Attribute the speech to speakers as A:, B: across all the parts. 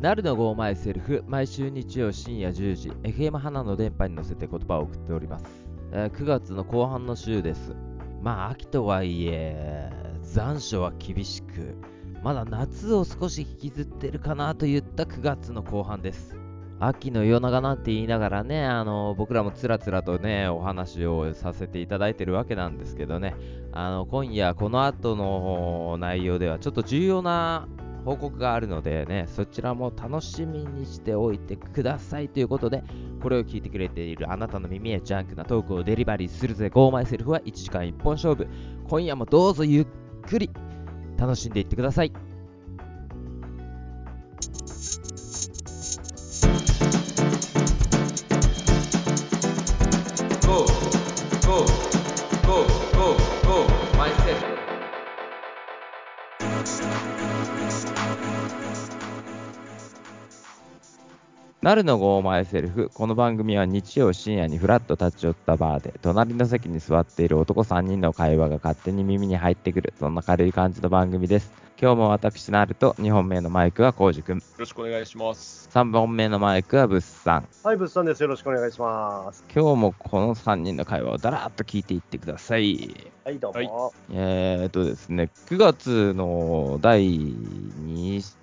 A: なるのゴーマイセルフ毎週日曜深夜10時 FM 花の電波に乗せて言葉を送っております、えー9月の後半の週ですまあ秋とはいえ残暑は厳しくまだ夏を少し引きずってるかなといった9月の後半です秋の夜長なんて言いながらねあの僕らもつらつらとねお話をさせていただいてるわけなんですけどねあの今夜この後の内容ではちょっと重要な報告があるのでねそちらも楽しみにしておいてくださいということでこれを聞いてくれているあなたの耳へジャンクなトークをデリバリーするぜ Go Myself は1時間1本勝負今夜もどうぞゆっくり楽しんでいってくださいなるのゴーマイセルフこの番組は日曜深夜にフラッと立ち寄ったバーで隣の席に座っている男3人の会話が勝手に耳に入ってくるそんな軽い感じの番組です今日も私なると2本目のマイクはコウジ君
B: よろしくお願いします。
A: 3本目のマイクはブッさん
C: はい、ぶっさんです。よろしくお願いします。
A: 今日もこの3人の会話をだらっと聞いていってください。
C: はい、どうも。
B: はい
A: えー、っとですね、9月の第 2,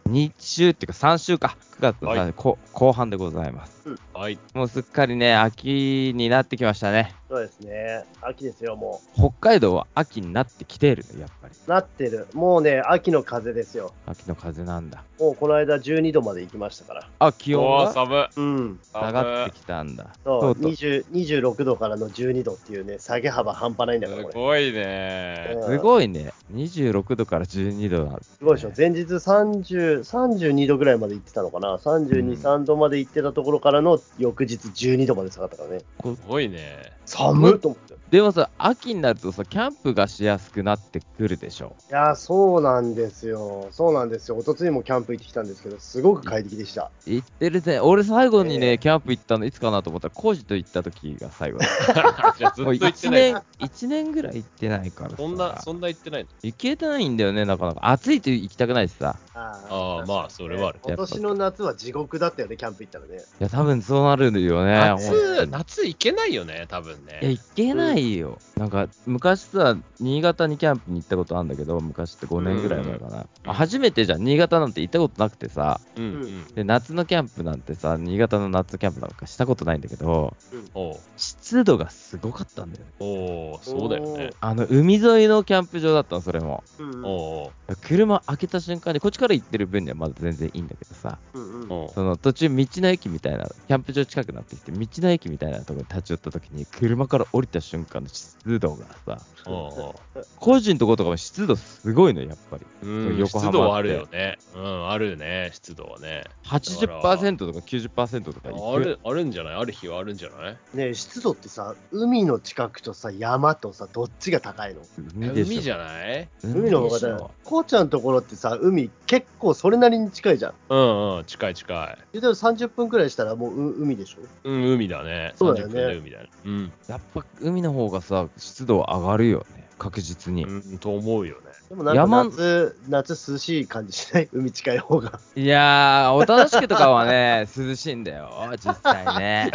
A: 2週っていうか3週か、9月の、
B: はい
A: こ後半でございます。
B: はい。
A: もうすっかりね、秋になってきましたね。
C: そうですね。秋ですよ、も
A: 北海道は秋になってきているね、やっぱり。
C: う。なってる。もうね、秋の風ですよ。
A: 秋の風なんだ。
C: もうこの間12度まで行きましたから。
A: あ、気温
B: おー、
A: が
B: 寒い。
C: うん。
A: 下がってきたんだ。
C: そう、
A: とうと
C: 20 26度からの12度っていうね、下げ幅半端ないんだから、
B: す
C: これ。
B: ごいね。
C: う
A: うんすごいね。26度から12度なんだ
C: すごいでしょ。前日30、32度ぐらいまで行ってたのかな。32、
A: うん
C: 3度まで行ってたところからの翌日12度まで下がったからね。
A: こ
B: すごいね。
C: 寒っと思って。い
A: でもさ、秋になるとさ、キャンプがしやすくなってくるでしょ。
C: やー、そうなんですよ。そうなんですよ。一昨日もキャンプ行ってきたんですけど、すごく快適でした。
A: 行ってるぜ。俺最後にね、
C: ええ
A: キャンプ行ったのいつかなと思ったら、コージと行った時が最後だ。
B: じゃあずっ
A: も
B: と
A: う
B: 言って
A: 1
B: ない。
A: 年、一年ぐらい行ってないからさ。
B: そんな、そんな言ってないの。
A: 行けてないんだよね、なかなか。暑いと行きたくないしさ。
C: あ
B: あーまあそれはある
C: 今年の夏は地獄だったよね、キャンプ行ったらね。
A: いや、多分そうなるよね。
B: 夏、
A: 本
B: 夏行けないよね、多分
A: 当にいや、
B: ね。
A: 行けないよ。なんか、昔さ、新潟にキャンプに行ったことあるんだけど、昔って5年ぐらい前かな。
B: うん
A: あ初めてじゃん、新潟なんて行ったことなくてさ、
B: うんう
C: うん
B: ん。
A: で、夏のキャンプなんてさ、新潟の夏キャンプなんかしたことないんだけど、
B: おう
A: 湿度がすごかったんだよね。
B: おうそうだよね。
A: あの、海沿いのキャンプ場だったの、それも。
C: うんうん
B: おう
A: 車開けた瞬間に、こっちから行ってる分にはまだ全然いいんだけどさ、
C: うんうん
B: おう
A: その途中、道の駅みたいな、キャンプ場近くなってきて、道の駅みたいなところに立ち寄った時に、車から降りた瞬間の湿度がさ、
B: おう
A: 個人のとことかも湿度すごいの、やっぱり。
B: うん
A: 横
B: 湿
A: 浜って
B: 度はあるよね。うん、あるね、湿度はね。
A: 80%とか90%とかい
B: あ
A: く。
B: る、あるんじゃないある日はあるんじゃない
C: ねえ湿度ってさ、海の近くとさ、山とさ、どっちが高いの
A: 海でしょ
B: 海じゃない
C: 海の方が
A: 海で
C: だ
A: し
C: よ
A: ょ。
C: こうちゃんのところってさ、海結構それなりに近いじゃん。
B: うんうん、近い近い。
C: 言うたら30分くらいしたらもうう海でしょ。
B: うん、海だね。
C: そうだよ
B: 30
C: ね
B: 分で海だね。うん。
A: やっぱ海の方がさ、湿度は上がるよね、確実に。
B: うん、と思うよね。
C: でもなんか
A: 山
C: 夏、夏涼しい感じしない 海近い方が。
A: いやー、お楽しくとかはね、 涼しいんだよ、実際ね。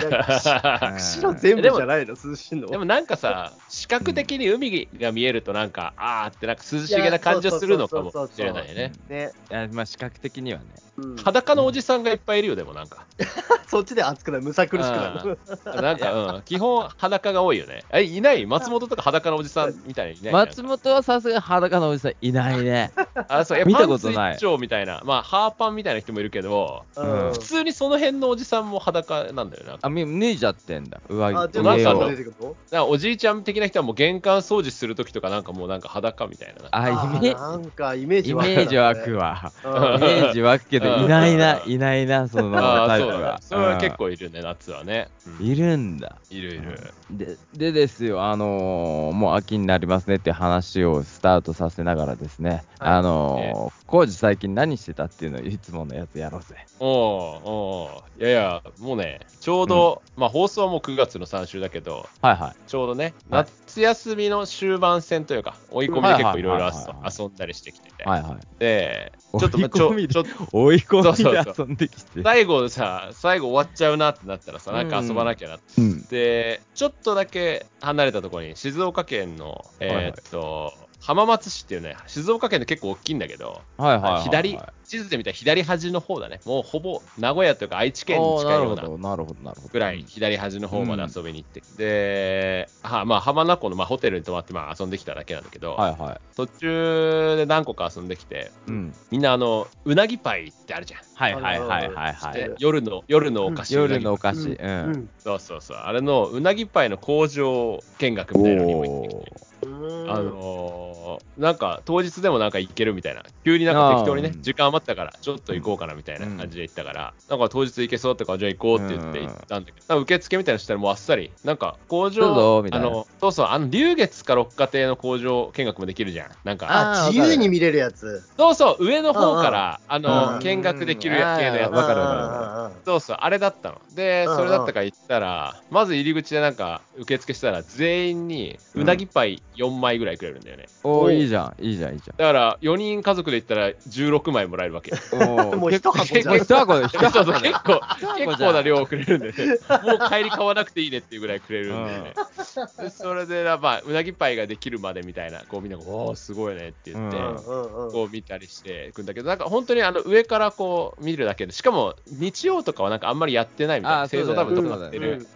C: 釧路全部じゃないの涼しいの
B: でもなんかさ、視覚的に海が見えるとなんか、あーってなんか涼しげな感じはするのかもしれないね。
C: ね。
A: いやまあ視覚的にはね。
C: うん、
B: 裸のおじさんがいっぱいいるよ、でもなんか。
C: そっちで暑くない、むさ苦しくなる。
B: なんか、うん、基本裸が多いよね。え、いない松本とか裸のおじさんみたいにいない
A: 松本はさすがに裸のおじさんいないね。
B: あ、そう、え
A: 見たことない
B: パンツ一丁みたいな。まあ、ハーパンみたいな人もいるけど、
A: うん
B: 普通にその辺のおじさんも裸なんだよな。なんか
A: あ、み脱いじゃってんだ。上
C: あ、
A: 着
C: で
B: もな
C: も、
B: んか
C: なん
B: あの
C: か出てくるの
B: おじいちゃん的な人はもう玄関掃除するときとかなんかもうなんか裸みたいな。
A: あ、イメ
C: な
A: ー
C: んかイメー
A: ジ、
C: ジ
A: イ
C: 湧く
A: メージ湧くわ。イ
C: わ
A: メージ湧くけ
B: う
A: ど、
B: ん
A: いないな、いないな、その
B: あ
A: タ
B: あ、
A: イ
B: そ
A: プ
B: うだね
A: が。。
B: それは結
A: うん
B: 構いるね、夏はね。うん
A: いるんだ。
B: いるいる。
A: で、でですよ、あのーもう秋になりますますねっていう話をスタートさせながらですね、
B: はい
A: あのー、工事最近何してたっていうのをいつものやつやろうぜ。
B: おおおういやいや、もうね、ちょうど、まあ放送はもう9月の3週だけど、
A: はいはい。
B: ちょうどね、
A: はい
B: 夏休みの終盤戦というか、追い込みで結構いろいろ
A: はい
B: 遊
A: はいはいはい
B: 遊んだりしてきてて、
A: はいはい。
B: で、ちょっと、まあち
A: 追い込み
B: ょ
A: で
B: ちょっと
A: 追い
B: そう
A: 込
B: そう
A: み
B: そ
A: で遊んできて。
B: 最後さ、最後終わっちゃうなってなったらさ、なんか遊ばなきゃなって。
A: うん。
B: で、ちょっとだけ離れたところに、静岡県の、
A: はいは
B: え
A: い
B: ーっと、浜松市っていうね、静岡県で結構大きいんだけど、
A: はいはいはいはい。
B: 左、地図で見たら左端の方だね。もうほぼ名古屋というか愛知県に
A: おー
B: 近い
A: なる
B: よう
A: ほ
B: な
A: ど、なるほど、なるほど。
B: ぐらい左端の方まで遊びに行って、で、はまあ、浜名湖の、まあ、ホテルに泊まって、まあ、遊んできただけなんだけど、
A: はいは
B: 途中で何個か遊んできて、
A: い。うん。
B: みんなあの、うなぎパイってあるじゃん。
A: はいはいはいはいは
B: で
A: い
C: うん。
B: 夜の、夜のお菓子。
A: 夜のお
B: うなぎ
A: 菓子。う。
C: うん
B: パイ
C: ん。
B: そうそうそう。あれのうなぎパイの工場見学みたいなのにも行ってきて。
C: うん
B: あのーなんか当日でもなんか行けるみたいな、急になんか適当にね
A: あ、ー
B: 時間余ったから、ちょっと行こうかなみたいな感じで行ったから、なんか当日行けそうとか、じゃあ行こうって言って行ったんだけど、なんか受付みたいなのしたらもうあっさり、なんか
A: ど
B: 工
A: うぞ
B: 場、
A: みた
B: あ
A: いな
B: の、そうそう、あの、龍月か六花亭の工場見学もできるじゃん。なんか、
A: あー
C: あ自由に見れるやつ。
B: そうそう、上の方から、あ
C: う
B: の、
C: ん
B: 見学できるや
A: うん
B: 系のや
A: あ
B: つ。
A: ーわかるわかる
C: かる。
B: そうそう、あれだったの。で、
C: うん
B: それだったから行ったら、まず入り口でなんか、受付したら、全員に、
A: うん
B: うなぎパイ4枚ぐらいくれるんだよね。
A: お
C: お
A: ーいいじゃん、いいじゃん、いいじゃ
B: だから、4人家族で行ったら16枚もらえるわけ。そ
A: ん。おー
C: もう一箱じゃん。
A: 一箱で、一
B: うそう
A: 箱
B: 結
A: で。
B: 構、
A: じゃん
B: 結構な量くれるんでね。もう帰り買わなくていいねっていうぐらいくれるんでね。でそれで、まあ、うなぎパイができるまでみたいな、こうみんなが、おー、すごいねって言って。
A: うん
C: うんうん
B: こう見たりしていくんだけど、なんか本当にあの上からこう見るだけで、しかも日曜とかはなんかあんまりやってないみたい
A: あ
B: な、
A: ーそ
B: 製
A: うだよ
B: 造多分
A: う
B: ど
A: ん
B: こ
A: う
B: か
A: んう
B: なっ
A: ん
B: てる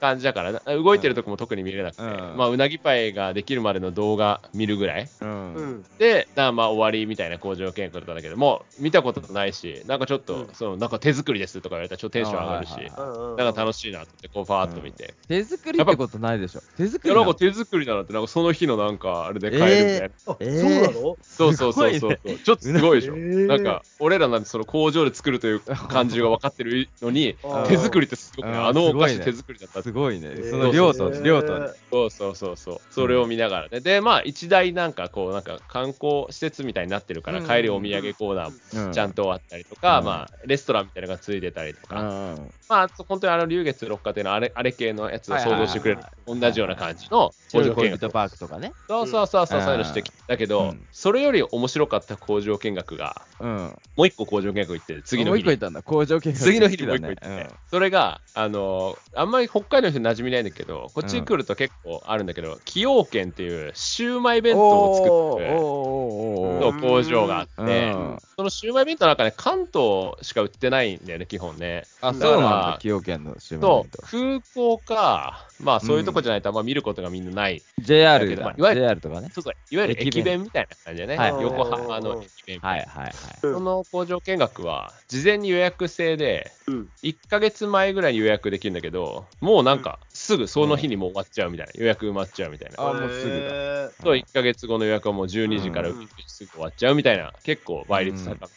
B: 感じだから、な動いてるとこも特に見れなくて、
A: うん
B: まあうなぎパイができるまでの動画見るぐらい
A: うん
C: う
A: うん
C: ん
B: で、なまあ終わりみたいな工場見学だったんだけども、見たことないし、なんかちょっと、
C: うん
B: そのなんか手作りですとか言われたらちょっとテンション上がるし、
A: あーはいはいは
C: うん
B: なんか楽しいなってこうファーっと見て、
A: 手作りってことないでしょ。手作
B: い
A: り
B: やな
A: なんの
B: か手作りだなって、なんかその日のなんかあれで買えるみたいな。
C: あ
A: えー
C: そうなの
B: そうそうそうそう
A: す
B: そ
A: ご
B: う、
A: いね
B: ちょっとすごいでしょ。
C: うなぎ
B: なんか、俺らなんてその工場で作るという感じが分かってるのに
C: あ、ー
B: 手作りってすごくね、
A: うん
B: あのお菓
A: すごい
B: 子
A: ね
B: 手作りだったっ て
A: すごいね
C: え。ー
A: その量と、量とね。
B: そうそうそうそう、それを見ながらね。で、まあ、一大なんかこう、なんか観光施設みたいになってるから、
A: うん
B: 帰りお土産コーナーも
A: う
B: ちゃんとあったりとか、
A: うん
B: まあ、レストランみたいなのがついてたりと
A: う
B: か、
A: ん。
B: まあ、本当にあの、龍月六花亭のあれあれ系のやつを想像してくれる
A: はいはい。
B: 同じような感じの工
A: 夜
B: 場見
A: 恋人
B: 学。
A: パークとかね。
B: そうそうそうそうう、
A: ん
B: そういうのしてきたけ
A: う
B: ど
A: ん、
B: それより面白かった工場見学が、
A: うん。
B: もう一個工場見学行って、次
A: も
B: の
A: う
B: 日
A: 一
B: に
A: 個行ったんだ。工場見学
B: 次の日にもう一個行っ
A: 好き
B: て、
A: だね
B: それが、あのーあんまり北海道の人馴染みないんだけど、こっちに来ると結構あるんだけど、崎陽軒っていうシウマイ弁当を
A: お
B: 作
A: ー
B: って
A: おー
B: る
A: おーおー
B: そ
A: お
B: う工場があって、
A: うん
B: そのシウマイ弁当なんかね、関東しか売ってないんだよね、基本ね。
A: あ、
C: だ
A: そ
C: から
A: うなんだ。崎陽軒のシウマイ
B: と
A: 弁当、
B: 空港か、まあそういうとこじゃないとあんま見ることがみんなない、だけ
A: JR
B: ど
A: だ
B: まあいわゆる
A: JR とかね。
B: そうそういわゆる駅
A: 駅弁
B: 弁みたいな感じだね、
A: はい
B: 横浜の駅弁みた
A: はいい
B: な。
A: はいはい。
B: その工場見学は、事前に予約制で、
C: うん
B: 1ヶ月前ぐらいに予約できるんだけど、もうなんか、すぐその日にもう終わっちゃうみたいな、予約埋まっちゃうみたいな。
A: あもうすぐだ
C: へー
B: と、1ヶ月後の予約はもう12時から
C: うん
B: 受付すぐ終わっちゃうみたいな、結構倍率高くなっ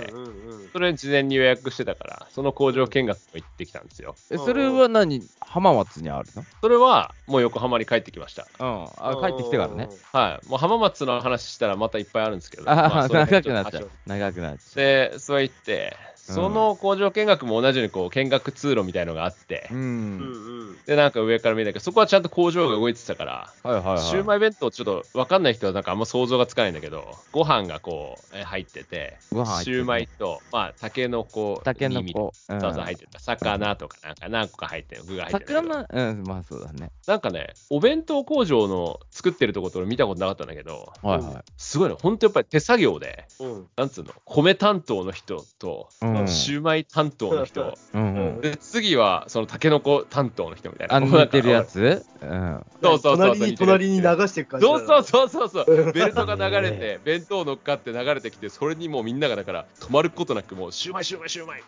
B: てて、
C: うんうんうん
B: それ事前に予約してたから、その工場見学も行ってきたんですよ。
A: え、それは何浜松にあるの
B: それは、もう横浜に帰ってきました。
A: うん。あ、帰ってきてからね。。
B: はい。もう浜松の話したらまたいっぱいあるんですけど。ま
A: あ
B: あ
A: あ、
B: その
A: 長
B: 辺
A: くなっち
B: ち
A: ゃう
B: ょと。
A: 長くなっちゃ
B: で、そう言って、
A: うん
B: その工場見学も同じようにこう見学通路みたいのがあって、
A: う。う
C: うん
A: ん。
C: うん
B: で、なんか上から見えたけど、そこはちゃんと工場が動いてたから、
A: はいはいはい。
B: シューマイ弁当ちょっと分かんない人はなんかあんま想像がつかないんだけどご飯がこうえ入ってて
A: ご飯入って
B: シ
A: るね
B: ューマイと、まあ、タケノコ
A: タケノ
B: 耳
A: コ。うん
B: そうそう入ってた魚とかなんか何個か入ってる具が入ってるんだけど
A: 魚、うん、まあそうだね。
B: なんかねお弁当工場の作ってるところ見たことなかったんだけど
A: はいは
B: すごいねほんとやっぱり手作業で
C: うん
B: なんつうの米担当の人と、
A: うん
B: シューマイ担当の人
A: い。うんうん。
B: で次はそのタケノコ担当の人みたいな
A: あ、似てるや
B: つ
A: つうん。
B: そうそうそうそう
C: 隣に隣に流していく感じだ
B: そう
C: ね。
B: そうそうそう そう、ベルトが流れて、弁当乗っかって流れてきて、それにもうみんながだから、止まることなく、もう、シューマイ、シューマイ、シューマイ、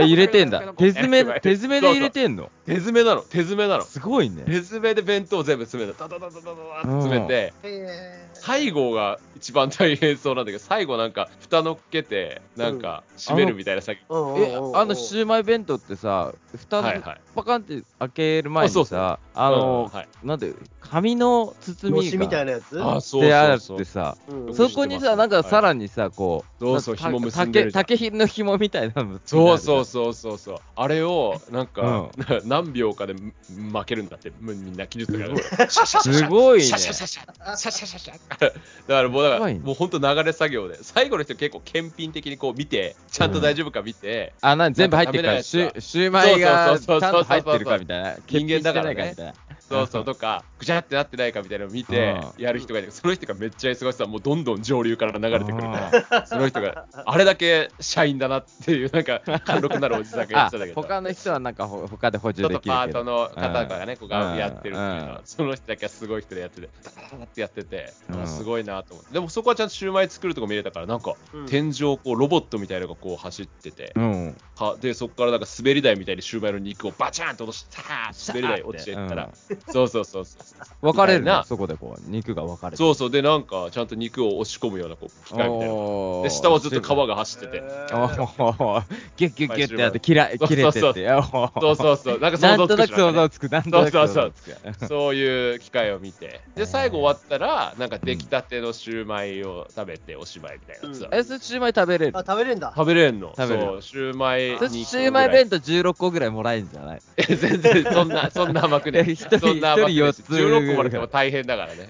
A: あ入れてんだ。手詰め、
B: そうそう
A: 手詰めで入れてんの。
B: 手詰めなの、手詰めなの、
A: すごいね
B: 手。詰めで弁当全部詰めた、ダダダダダダダって詰めて、
C: へー
B: 西郷が一番大変そうなんだけど、最後なんか、蓋乗っけて、なんか、閉めるみたいな作業。
C: うんうん
A: え
C: うんうん
A: あのシューマイ弁当ってさ蓋
B: はいはい。
A: パカンって開ける前にさ、
B: あそうそう
A: あ
B: うん
A: の、
B: はい、
A: なんて紙の包
C: の
A: み
C: しみた
A: が
C: いなやつ
B: あ、そう
A: であっ
B: そうそう
A: て。さ
C: うん
B: そう
A: そこに
B: 知っ
A: さ
B: てま
A: な
B: す
A: んかさらにさこう
B: そうそう紐結んでる
A: 竹
B: じゃ
A: 竹ひ
B: ん
A: んの紐みたいなの
B: そうそう
A: う
B: そうそうそう。あれを、なんか、何秒かでむ負けるんだって、むみんな記述とかで。シャシャシャシ
A: す
B: ャ
A: ごいね
B: シャシャシャシャシャシャシャシャだからもうだ
A: す
B: か
A: ごい
B: ら
A: ね
B: もう本当流れ作業で最後の人結構検品的にこう見てちゃんと大丈夫か見て、
A: あな全部入ってるか
B: なん
A: ら
B: か
A: シ
B: 食べれないやつ
A: ュシューマイがち
B: そ
A: ゃん
B: うそうそうそう
A: と入ってるかみたいな
B: 人間だからね
A: 欠品してないかみたいな
B: そうそうとかぐちゃってなってないかみたいなのを見てやる人がいてその人がめっちゃ忙しさもうどんどん上流から流れてくるからその人があれだけ社員だなっていうなんか貫禄なるおじさんが言っ
A: あ
B: てたんだけど
A: 他の人はなんかほ他で補
B: ちょ
A: 充
B: っ
A: で
B: と
A: きる
B: パー
A: け
B: ト
A: ど
B: の方とかね、こうが
A: うん
B: やってるんだけど
A: うん
B: その人だけはすごい人でやってて、ダダダダってやってて、
A: うん
B: すごいなと思って。でもそこはちゃんとシューマイ作るとこ見れたから、なんか
C: うん
B: 天井、こうロボットみたいなのがこう走ってて、
A: うん
B: かで、そこからなんか滑り台みたいにシューマイの肉をバチャンと落として、さあ滑り台落ちてったら、そうそうそうそう。
A: 分かれる
B: みたい
A: な
B: な
A: そこでこう肉が分かれて
B: そうそう、で、なんかちゃんと肉を押し込むようなこう機械みたいな。
A: おー
B: で、下はずっと川が走ってて。
C: え
A: お
C: ー
A: ーギュッギュッギュッってやって切ら
B: そうそう
A: 切れてっておー
B: そうそうそう、なんか
A: な
B: 想像
A: ん
B: つ
A: とな
B: くでし
A: く
B: ょ
A: 想像つくなんとなく想像つく
B: そういう機会を見て、
A: えー
B: で、最後終わったら、なんか出来たてのシューマイを食べておしまいみたいなやつだ
A: えそれシューマイ食べれる
C: あ食べれんだ
B: 食べれんの
A: 食べれる
B: そう、シューマイ
A: それ
B: に。
A: シューマイ弁当16個ぐらいもらえるんじゃない
B: 当全然、そんな、そんな甘くね
A: 一人
B: そんな甘くね
A: 一人四つ
B: 16個もらっても大変だから ね。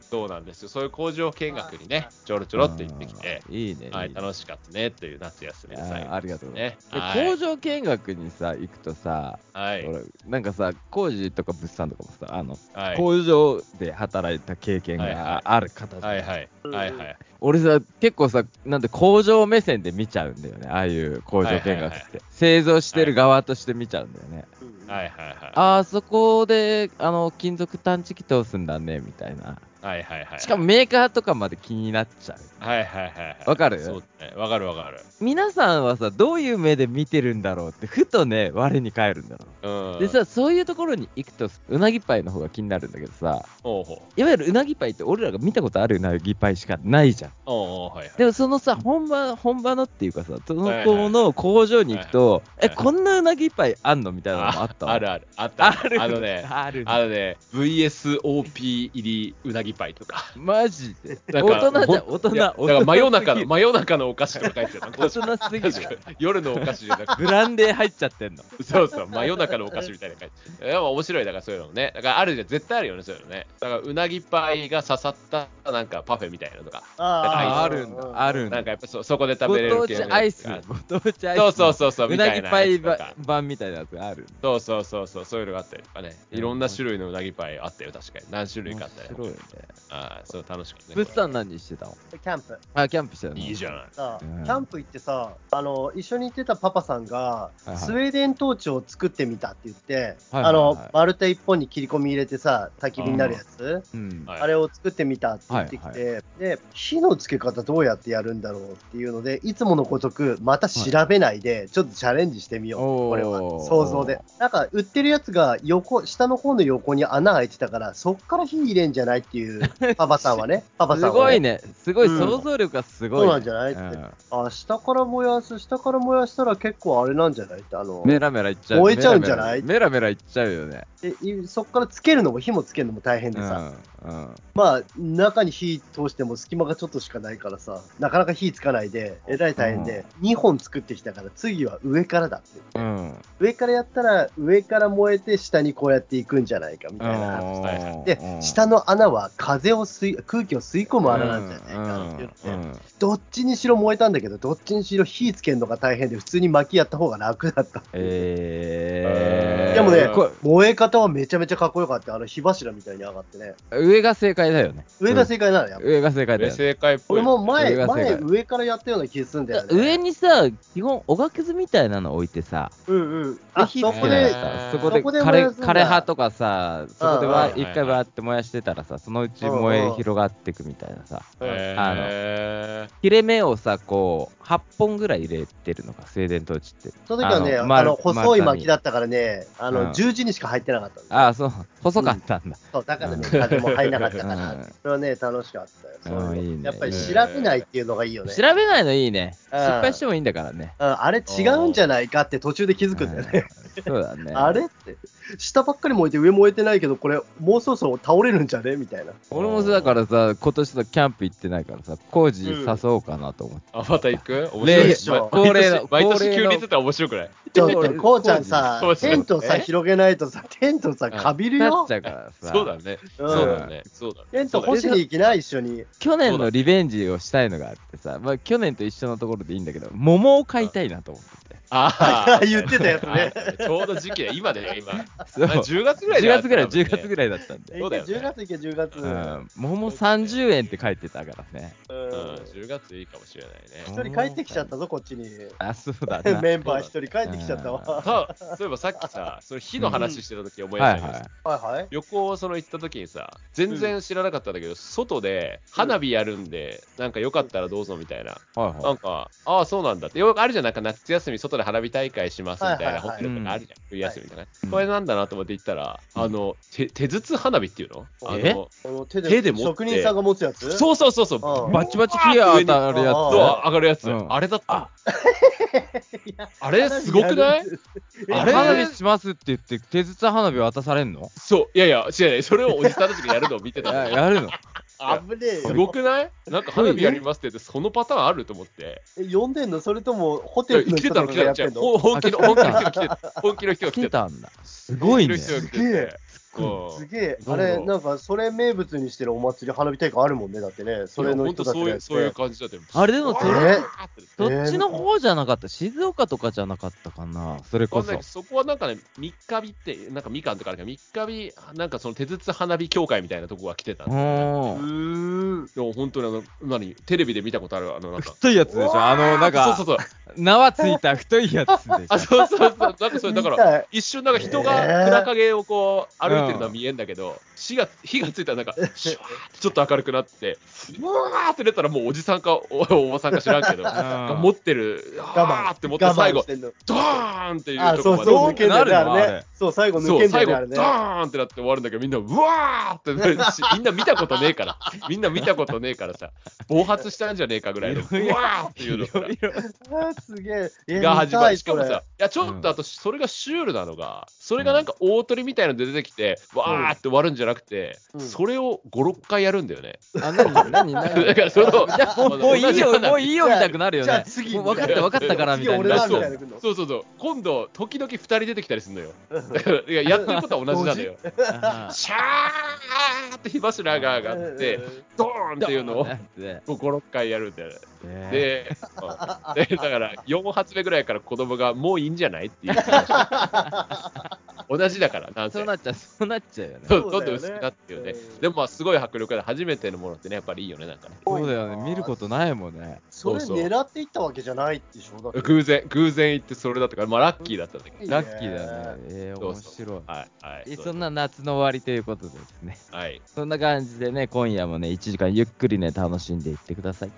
B: そうなんですよ。そういう工場見学にね、ちょろちょろって行ってきて、
A: うんいいね
B: はい、
A: いいね
B: 楽しかったねっていう夏休みの
A: あ
B: 最
A: ー
B: 後
A: ありがとうござい
B: ね
A: ま。すで
B: は
A: 工。
B: い
A: 場見学にさ行くとさ
B: はい。
A: 俺なんかさ工事とか物産とかもさあの
B: はい。
A: 工場で働いた経験
B: はいは
A: が
B: い
A: ある方じゃ
B: は
A: ん
B: いはい。はいはい。
A: 俺さ結構さなんて工場目線で見ちゃうんだよねああいう工場見学って、
B: はいはいはい
A: 製造してる側として見ちゃうんだよね、
C: うん
B: はいはいは。
A: ああそこであの金属探知機通すんだねみたいない
B: はいはいはい。
A: しかも、メーカーとかまで気になっちゃう
B: はいはいはいはい。
A: わかる
B: そうね。わかるわかる。
A: 皆さんはさどういう目で見てるんだろうってふとね我に返るんだろう
B: うん。
A: でさそういうところに行くとうなぎパイの方が気になるんだけどさ
B: おうほう、
A: いわゆるうなぎパイって俺らが見たことあるうなぎパイしかないじゃん
B: おうおうはいはい。
A: でもそのさ本場本場のっていうかさその
B: はいは
A: 子
B: い
A: の工場に行くと、
B: はいは
A: え
B: い
A: こんなうなぎいっぱいあんのみたいなのもあったわ
B: あるある。あった。
A: ある
B: あのね、
A: ある
B: あのね、VSOP 入りうなぎパイとか。
A: マジで
B: な
A: 大
B: んか
A: 人じゃん
B: ほ
A: 大
B: ん
A: 人
B: いやだから真夜中の、真夜中のお菓子とか書いてた。
A: 大人すぎる大人すぎ
B: 確
A: る
B: かに夜のお菓子じゃなく
A: ブランデー入っちゃってん の
B: て、そうそう、真夜中のお菓子みたいな感じ。でも面白い、だからそういうのもね。だからあるじゃん、絶対あるよね、そういうのね。だからうなぎパイが刺さった、なんかパフェみたいなのとか。
A: あ
C: あ
A: あるんだあるん
B: な
A: だ
B: んかやっぱそそこで食
A: ご
B: べれる
A: 当
B: 系
A: 地
B: の
A: アイ
B: やつ
A: ス
B: が
A: ご当地アイス
B: そうそうそうそう、
A: う
B: み
A: な
B: たい
A: ぎ
B: な
A: パイ
B: やつと
A: ば
B: か。
A: 版みたいなやつがある
B: そうそうそうそう、そういうのがあったりとかね。いろんな種類のうなぎパイあったよ、確かに。何種類かあった
A: 面白い
B: よ
A: ね。
B: ああ、そう、楽しかったね。
A: 物産何してたの
C: キャンプ
A: あキャンプしてたの
B: いいじゃない。
C: さあ
A: うん
C: キャンプ行ってさあの一緒に行ってたパパさんが
A: いはい
C: スウェーデントーチを作ってみたって言って
A: はいはいはい
C: あの丸太一本に切り込み入れてさ焚き火になるやつ
A: うん
B: はい
C: あれを作ってみたって言ってき
A: は
C: て、で火のつけ方どうやってやるんだろうっていうのでいつものごとくまた調べないで、ちょっとチャレンジしてみよう
A: おー
C: これは想像でなんか売ってるやつが横下の方の横に穴開いてたからそっから火入れんじゃないっ ていうパパさんはねパパ
A: す
C: さんは
A: ごいねすごい
C: うん
A: 想像力がすごい
C: そう
A: ね
C: なんじゃないって、
A: うん
C: あ下から燃やす下から燃やしたら結構あれなんじゃないってあの、
A: メラメラいっちゃう。
C: 燃えちゃうんじゃない
A: メラメラいっちゃうよね。
C: でいそっからつけるのも火もつけるのも大変
A: う
C: で
A: ん。う
C: さ、
A: ん。
C: まあ、中に火通しても隙間がちょっとしかないからさ、なかなか火つかないで、えらい大変で、2本作ってきたから、次は上からだって。
A: うん。
C: 上からやったら、上から燃えて、下にこうやっていくんじゃないかみたいな話。で、下の穴は風を吸い、空気を吸い込む穴なんじゃないかっていうので、
A: うんうん
C: どっちにしろ燃えたんだけど、どっちにしろ火つけるのが大変で、普通に薪やった方が楽だった。
A: えー。
C: でもね
A: こ
C: 燃え方はめちゃめちゃかっこよかった。あの火柱みたいに上がってね。
A: 上が正解だよね。
C: 上が正解なのよ。
A: 上が正解だ
B: で
A: よね。
B: 正解っぽい
C: 俺
B: よね。
C: も前、
A: 上が正
C: 前
A: 解
C: 上からやったような気がするんだよね。
A: 上にさ、基本、おがくずみたいなの置いてさ、
C: うんうん。あ、
A: で火
C: そ
A: つ
C: こ
A: けられ
C: で、
A: たら
B: そ
A: そこ
B: こ
C: で
A: で
C: そこで燃や
A: 枯
C: すん
A: れ枯
C: だ
A: れ葉とかさ、そこで
C: うんは
A: わ
C: い
B: はいはい
A: 一回わーって燃やしてたらさ、そのうち燃え広がってくみたいなさ、
B: へ
A: あの
B: ー
A: 切れ目をさ、こう、8本ぐらい入れてるのか、静電トーチって。
C: その時はね、
A: あ
C: あ
A: の
C: の、
A: 丸
C: 細
A: 丸太
C: い
A: に
C: 薪だったからね、ああ
A: うん
C: の、十字にしか入ってなかったんだ
A: ああ、そう、細かったんだ。
C: そう、だからね、風も入んなかったか
A: うん
C: ら、それはね、楽しかったよ。そう
A: うんい
C: い
A: いうね
C: のやっぱり調べないっていうのがいいよね
A: 調。べないのいいね。失
C: うん
A: 敗してもいいんだからね。
C: うんあれ違うんじゃないかって途中で気づくんだよね。
A: うんそうだね。
C: あれって、下ばっかり燃えて上燃えてないけど、これ、もうそろそろ倒れるんじゃねみたいな。
A: 俺もさだからさ、今年さ、キャンプ行ってないからさ、工事誘おうかなと思って。
B: あ、また行く面
A: 例
B: 白い
C: で
B: ね
C: しょ。
B: 毎
A: 恒例の
B: 年、毎
A: 恒例
B: 年
A: の
B: 急に言ってたら面白くない
C: ちょっと、こうちゃんさ
B: こう、ちゃん
C: テントさ、
B: え
C: 広げないとさ、テントさ、かびる
A: なっ
C: よ
A: ち。ゃうからさ、
B: そうだね。
C: うん
B: そうだね。そうだね。
C: テント干しに行きない、一緒に。
A: 去年のリベンジをしたいのがあってさ、まあ、去年と一緒のところでいいんだけど、桃を買いたいなと思ってて。
B: ああ、
C: 言ってたやつね。
B: ちょうど時期は今でね、今。あ
A: そう
B: 10月ぐらい
A: 10
B: だよ
A: 月ぐらい、
B: 多分ね
A: 10月ぐらいだったんで。
B: そうだよね
C: 10月行け、10月。
A: う
C: うん
A: ん、桃30円って書いてたからね。
B: うん、10月いいかもしれないね。
C: 一人帰ってきちゃったぞ、こっちに。
A: あ、そうだ な。
C: メンバー一人帰ってきちゃったわ。
B: さそういえばさっきさ、その火の話してた時思い出し
A: は
B: た
A: い
B: けどさ
A: は
C: はいはい。
B: 旅行その行った時にさ全然知らなかったんだけど、外で花火やるんで、なんかよかったらどうぞみたいな、
A: い。はい
B: な
A: は
B: んかああそうなんだってよくあるじゃんなんか夏休み外で花火大会しますみたいな、
C: はいはいはい
B: ホテルとかあるじゃん冬休みとかね、
A: うん
B: これなんだなと思って行ったら、
A: うん
B: あの手手筒花火っていうのあ
A: え
B: の
C: この手
B: 手で持って
C: 職人さんが持つやつ
B: そうそうそうそう
C: うん
A: い。
B: バ
A: バチバチ火当たるやつ。
C: あ
B: ッと上がるや
A: う
B: つ、
A: ん
B: あれだった
C: いや
B: あれすごくない
A: あ
B: あ
A: れ
B: れ
A: 花火しますって言って、手筒花火渡されんの
B: そういやいや違う違うそれをおじさんたちがやるのを見てた
A: や
B: の
A: やるの
B: あ
C: 危ねえ
B: す
C: よ
B: ごくないなんか花火やりますって言ってそのパターンあると思って
C: え。呼んでんのそれともホ
B: い
C: テ
B: や
C: ル
B: 来
C: の
B: て
C: 人
B: た
C: と
B: の
C: か
B: 来
C: が
B: てた
C: やってんの
B: ほう本気の本気の人が来てた本気の人が
A: 来
B: 来
A: て
B: てた
A: たんだ。すごいね。
B: 本気の人が来て
C: すげ
B: て
C: えすげえ、あれ、なんか、それ名物にしてるお祭り、花火大会あるもんね、だってね、それの人たち
B: そう
C: が
B: い
C: や
B: う
C: って
B: そういう感じだって
A: あれでもそれ
B: わーって
A: どっちの方じゃなかった静岡とかじゃなかったかなそれ
B: わ
A: こ
B: かんない
A: そ
B: けど。そこはなんかね、三日日って、なんかみかんとかあるけど、三日日、なんかその手筒花火協会みたいなとこが来てたん
A: う
B: です
A: ーん。
C: うーん。
B: でも本当にあの、何、テレビで見たことある、あの、なんか。
A: 太いやつでしょ あの、なん
B: そう
A: か
B: そう、そう。
A: 縄ついた太いやつでし
B: あ、
A: ょ
B: そうそうそう。なんかそれ、だから、
C: ら、
B: 一瞬なんか人が
C: えー
B: 暗影をこう歩いてるのは見えんだけど、火が火がついたらなんかシュワーってちょっと明るくなってうわーって出たらもうおじさんかおおばさんか知らんけど
A: うん
B: 持ってる
C: 我
B: あー
C: 慢
B: って持って最後
C: してんの
B: ドーンっていう
C: あ、
B: とこ
C: そ
B: ろ
C: う
B: ま
C: そ
B: で、
C: う抜けんだよね、
A: なるの
C: あ
A: あ
C: れ
A: れ。
C: そう、最後抜
B: そ
C: け
B: うん
C: だ
B: 最
C: よね、
B: 後
C: あれ
B: ド
C: ね。
B: ーンってなって終わるんだけどみんなうわーってなる しみんな見たことねえからみんな見たことねえからさ暴発したんじゃねえかぐらいのうわーっていうのが
A: いろいろ
C: あーすげえ。え
B: が始まる。しかも、
C: 見たい
B: さ、いや、ちょっとあと、それがシュールなのが、それがなんか大鳥みたいなので出てきて、わーって終わるんじゃなくて、
C: うん
B: それを5、6回やるんだよね。
A: あ、何何何
B: だから、その、
A: もういいよ、もう
B: い
A: いいよ、みたくなるよ
C: じゃあ
A: ね。
C: 次
A: もう分かった、分かったから、み
C: 次
A: たい
C: 俺
A: な。
C: だ
B: そ
C: み
B: う
C: たいな来んの。
B: そうそうそう、今度、時々2人出てきたりするのよ。だからいややってることは同じなのよ。
A: あ
B: シャーって火柱が上がって、ドーンっていうのを
A: ー。 で
B: 5、6回やるんだよね。
A: で
B: で、うんでだから4発目ぐらいから子供がもういいんじゃないってい う話同じだから、なん
A: そ
B: せ
A: う。なっちゃう、そうなっちゃうよね。
B: そう
C: そう
B: どん
C: だ
B: どん
C: よね
B: 薄くなってるよね。
C: うん
B: でもまあすごい迫力で初めてのものってね、やっぱりいいよね、なんかね。
A: そうだよね、見ることないもんね。
C: それ
B: そうそう
C: 狙っていったわけじゃないでしょ、だって
B: 偶然、偶然行ってそれだったから、まあラッキーだったんだけど。
A: ラッキーだよね。えー、
B: そ
A: 面
B: うそう
A: 白い。
B: はい、はい。
A: え
B: う
A: そんな夏の終わりということでですね。
B: はい。
A: そんな感じでね、今夜もね、1時間ゆっくりね、楽しんでいってください。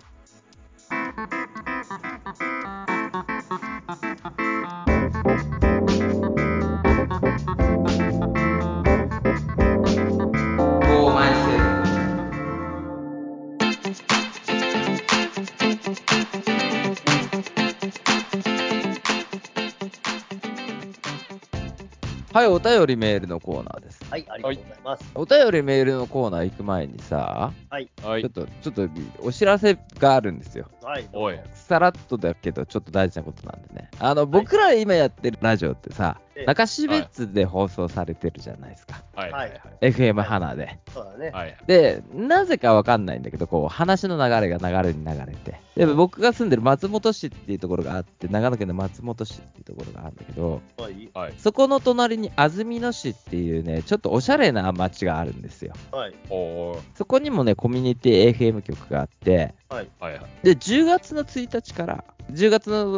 A: はい、お便りメールのコーナーです。
C: はい、ありがとうございます。
A: お便りメールのコーナー行く前にさ、
B: は
A: ちょっ
B: い。
A: と、ちょっとお知らせがあるんですよ。
C: はい。
B: おい。
A: さらっとだけど、ちょっと大事なことなんでね。あの、僕ら今やってるラジオってさ、
C: ええ
A: 中標津で放送されてるじゃないですか。
B: はい。は
C: はいい。
A: FM 花で。
C: そうだね。
B: はい。
A: で、なぜかわかんないんだけど、こう、話の流れが流れに流れて。で、僕が住んでる松本市っていうところがあって、長野県の松本市っていうところがあるんだけど、
C: はい。
B: はい。
A: そこの隣に安曇野市っていうね、ちょっとおしゃれな町があるんですよ。
C: はい。
B: おー
A: そこにもね、コミュニティ FM 局があって、
C: はい。
B: はい。はい。
A: で、10月の1日から、10月のそ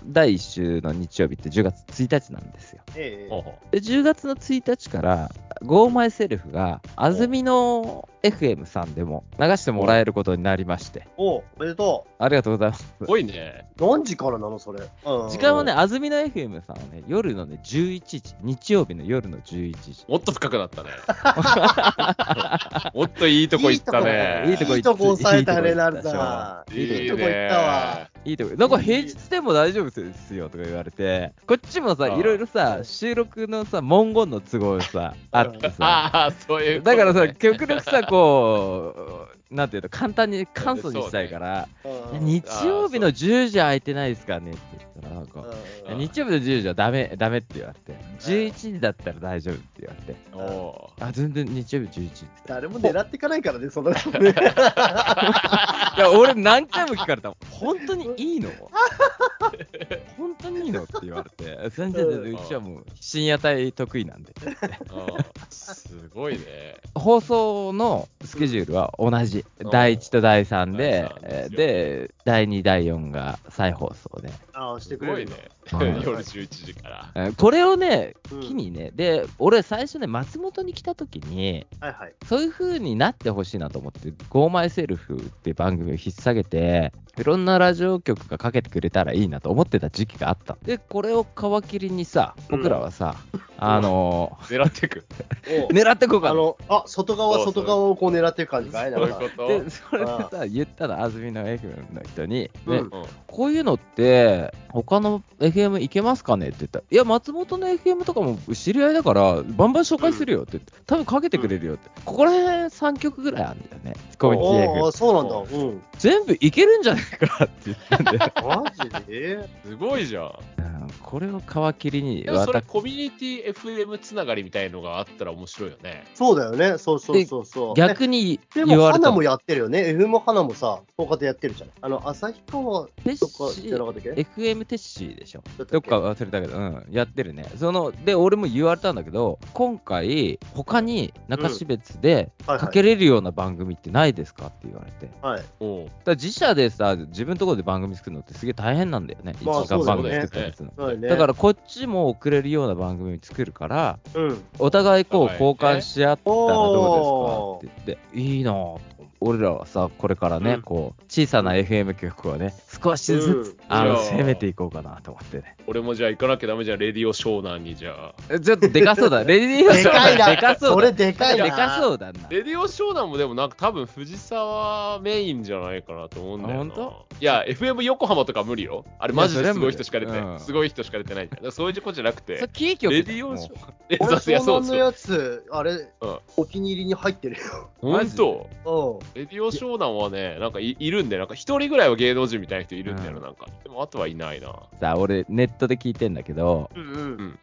A: の第1週の日曜日って10月1日なんですよ。
C: ええ
B: ほうほう
A: で、10月の1日から、Go My Self が、安曇野 FM さんでも流してもらえることになりまして、
C: おうおめでと
A: ありがとうございます。
B: すごいね。
C: う。何時からなの、それ。うん
A: 時間はね、安住の FM さんはね、夜のね、11時、日曜日の夜の11時。
B: もっと深くなったね。もっといいとこ行ったね。
A: いいとこ
C: いいとこ抑えた
A: いい
C: ね、
A: とこ行
C: な
A: った
C: るさん。
B: いいね
C: いいとこ行ったわ。
A: いいとこ、なんか平日でも大丈夫ですよとか言われて、こっちもさ、
B: あー
A: いろいろさ、収録のさ、文言の都合さ、あってさ。
B: ああ、そういうこと
A: だ
B: ね。
A: からさ、極力さ、こう、なんていうの、簡単に簡素にしたいから、
C: うん
A: 日曜日の10時空いてないですかねって言ったら、なん
C: う
A: か、
C: ん
B: うん
A: 日曜日の10時はダメ、ダメって言われて、11時だったら大丈夫って言われて、
B: お
A: あ、全然日曜日11時。
C: 誰も狙っていかないからね、そんなの ね
A: いや、俺何回も聞かれたもん。本当にいいの本当にいいのって言われて、全然全然、うちはもう深夜帯得意なんで。
B: ーうんすごいね。
A: 放送のスケジュールは同じ。
B: うん
A: 第1と第3で
B: 第三、
A: えー
B: で
A: で、第2、第4が再放送で。
C: ああ、し
B: す
C: てく
B: ご
C: れ
B: い
C: る
B: ね
C: の。。
A: うん
B: 夜11時から。
A: えーこれをね、
C: うん
A: 機にね、で、俺最初ね、松本に来た時に、
C: はい はい。
A: そういう風になってほしいなと思って、Go My Self って番組を引っ提げて、いろんなラジオ局がかけてくれたらいいなと思ってた時期があった。で、これを皮切りにさ、僕らはさ、あの
B: 狙ってく。
C: おう
A: 狙ってこうか
C: あ
A: な。
C: の、あ、外側、外側をこう狙ってる感じ
B: そ
C: か
B: うい
C: いなん
B: う
C: か
B: こ。と
A: で、それでさ、言ったら、安住の FM の人に、
C: う
A: ね
C: ん
B: うん
A: こういうのって、他の FM 行けますかねって言ったら、いや、松本の FM とかも知り合いだから、バンバン紹介するよって言って、多分かけてくれるよって、ここら辺3曲ぐらいあるんだよね、コミュニティ FM
C: お。お、そうなんだ。うん。
A: 全部いけるんじゃないかって言ったんで、
C: マジです
B: ごいじゃん。
A: うん これを皮切りに
B: でもそれ
A: 私
B: コミュニティ FM つながりみたいのがあったら面白いよね。
C: そうだよね。そうそうそうそう。
A: 逆に
C: で
A: 言
C: も、
A: われ
C: 花
A: た
C: もやってるよね。FM 花もさ、他でやってるじゃん。あの、旭川
A: テッシ
C: とかじゃなか
A: ー
C: ったっけ
A: FM テッシーでしょ
C: だった
A: ど
C: っ
A: っか忘れたけど、うん、やってるね。その、で、俺も言われたんだけど、今回、他に中標別で
C: けはい
A: か
C: はい
A: けれるような番組ってないですかって言われて。だか
C: はい。
B: おう
A: ら自社でさ、自分のところで番組作るのってすげえ大変なんだよね。一
C: まあ
A: 時間番組作ったりするの。
C: そうだよね。
A: だから、こっちも送れるような番組作るから、
C: ら、うん。
A: お互いこう
B: はい
A: 交換し合ったらどうですかって言って、いいなぁと俺らはさ、これからね、
C: うん
A: こう、小さな FM 局をね、少しずつ、
C: うん
A: あ
B: いや
A: の、
B: ー
A: 攻めていこうかなと思ってね。
B: 俺もじゃあ行かなきゃダメじゃん、レディオ湘南にじゃあ。
A: えちょっとでかそうだ。 レディー
C: でかいな。
A: でかそうだ。
C: それでかいな。
A: でかそうだな。
B: レディオ湘南もでもなんか多分藤沢メインじゃないかなと思うんだよな。
A: あ本
B: いや、FM 横浜とか無理よ。あれマジ
A: い
B: で
A: やそれは
B: す
A: 無
B: ごい
A: 理
B: 人しか出て、
A: うん
B: すごい人しか出てないんだよ。だからそういうことじゃなく
A: それ
B: て、
A: キー局だ
B: レ
A: よ
B: ディオ湘
A: も
B: 南。え、
C: 俺、
B: 雑いや
C: 湘
B: そう
C: 南
B: です
C: の
B: よ。
C: やつ、あれ、
B: うん
C: お気に入りに入ってるよ。
A: マ
B: 本
A: ジで
B: 当
C: う
B: レディオ湘南はね、なんかいいるんだよ。なんか一人ぐらいは芸能人みたいな人いるんだよな、
A: うん
B: なんか。でもあとはいないな。
A: うさ、俺、ネットで聞いてんだけど、
C: ん。うんうん。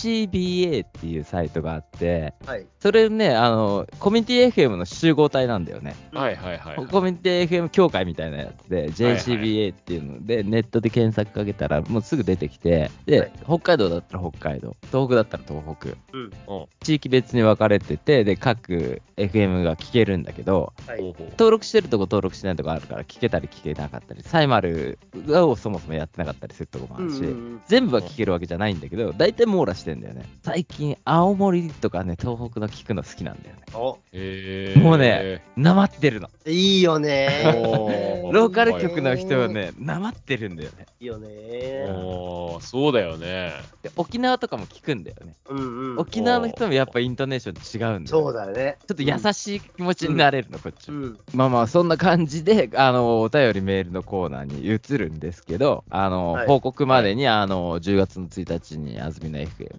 A: JCBA っていうサイトがあって、
C: はい。
A: それね、あの、コミュニティ FM の集合体なんだよね。
C: うん
B: はいはいはい、はい。
A: コミュニティ FM 協会みたいなやつで、JCBA っていうので、ネットで検索かけたら、もうすぐ出てきて、で、
C: はい
A: 北海道だったら北海道、東北だったら東北、
C: うん。
B: うん
A: 地域別に分かれてて、で、各 FM が聞けるんだけど、
C: はい。
B: ほうほう
A: 登録してるとこ登録してないとこあるから、聞けたり聞けなかったり、サイマルをそもそもやってなかったりするとこもあ
C: うん
A: るし、
C: うん
A: 全部は聞けるわけじゃないんだけど、大体網羅してんだよね。最近、青森とかね、東北の聞くの好きなんだよね。
C: お
B: えー
A: もうね、なまってるの。
C: いいよね
B: おー
A: ローカル局の人は。ね、なまってるんだよね。
C: いいよね
B: おーそうだよね。
A: で沖縄とかも聞くんだよね。
C: うんうん。
A: 沖縄の人もやっぱイントネーション違うんだよ。
C: そうだよね。
A: ちょっと優しい気持ちになれるの、こっち
C: う
A: も。
C: ん。
A: まあまあ、そんな感じで、あの、お便りメールのコーナーに移るんですけど、あの、
C: はい
A: 報告までに、あの、10月の1日に、安住の FM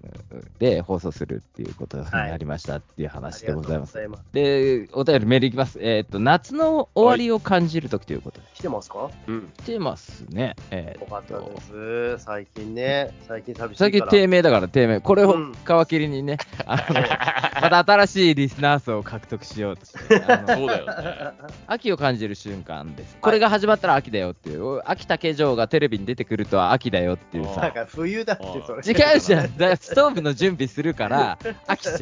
A: で放送するっていうことになりましたっていう話でございます。
C: ありがとうございま
A: で、お便りメールいきます。えーっと、夏の終わりを感じるときということで、
C: す。来てますか
B: うん。
A: 来てますね。えー
C: よ
A: っ
C: かった
A: と
C: で、す。最近ね。最近寂しいか
A: 最
C: ら。
A: 近低迷だから低迷これ
C: う
A: を
C: ん
A: 皮切りにね、あのまた新しいリスナー層を獲得しようとしてあの
B: そうだよね。
A: 秋を感じる瞬間ですこれが始まったら秋だよっていう秋竹城がテレビに出てくるとは秋だよっていう
B: あ
C: だ
A: さ
C: から冬だって
B: あー
C: それ。
A: 時 間じゃんだからストーブの準備するから秋じゃん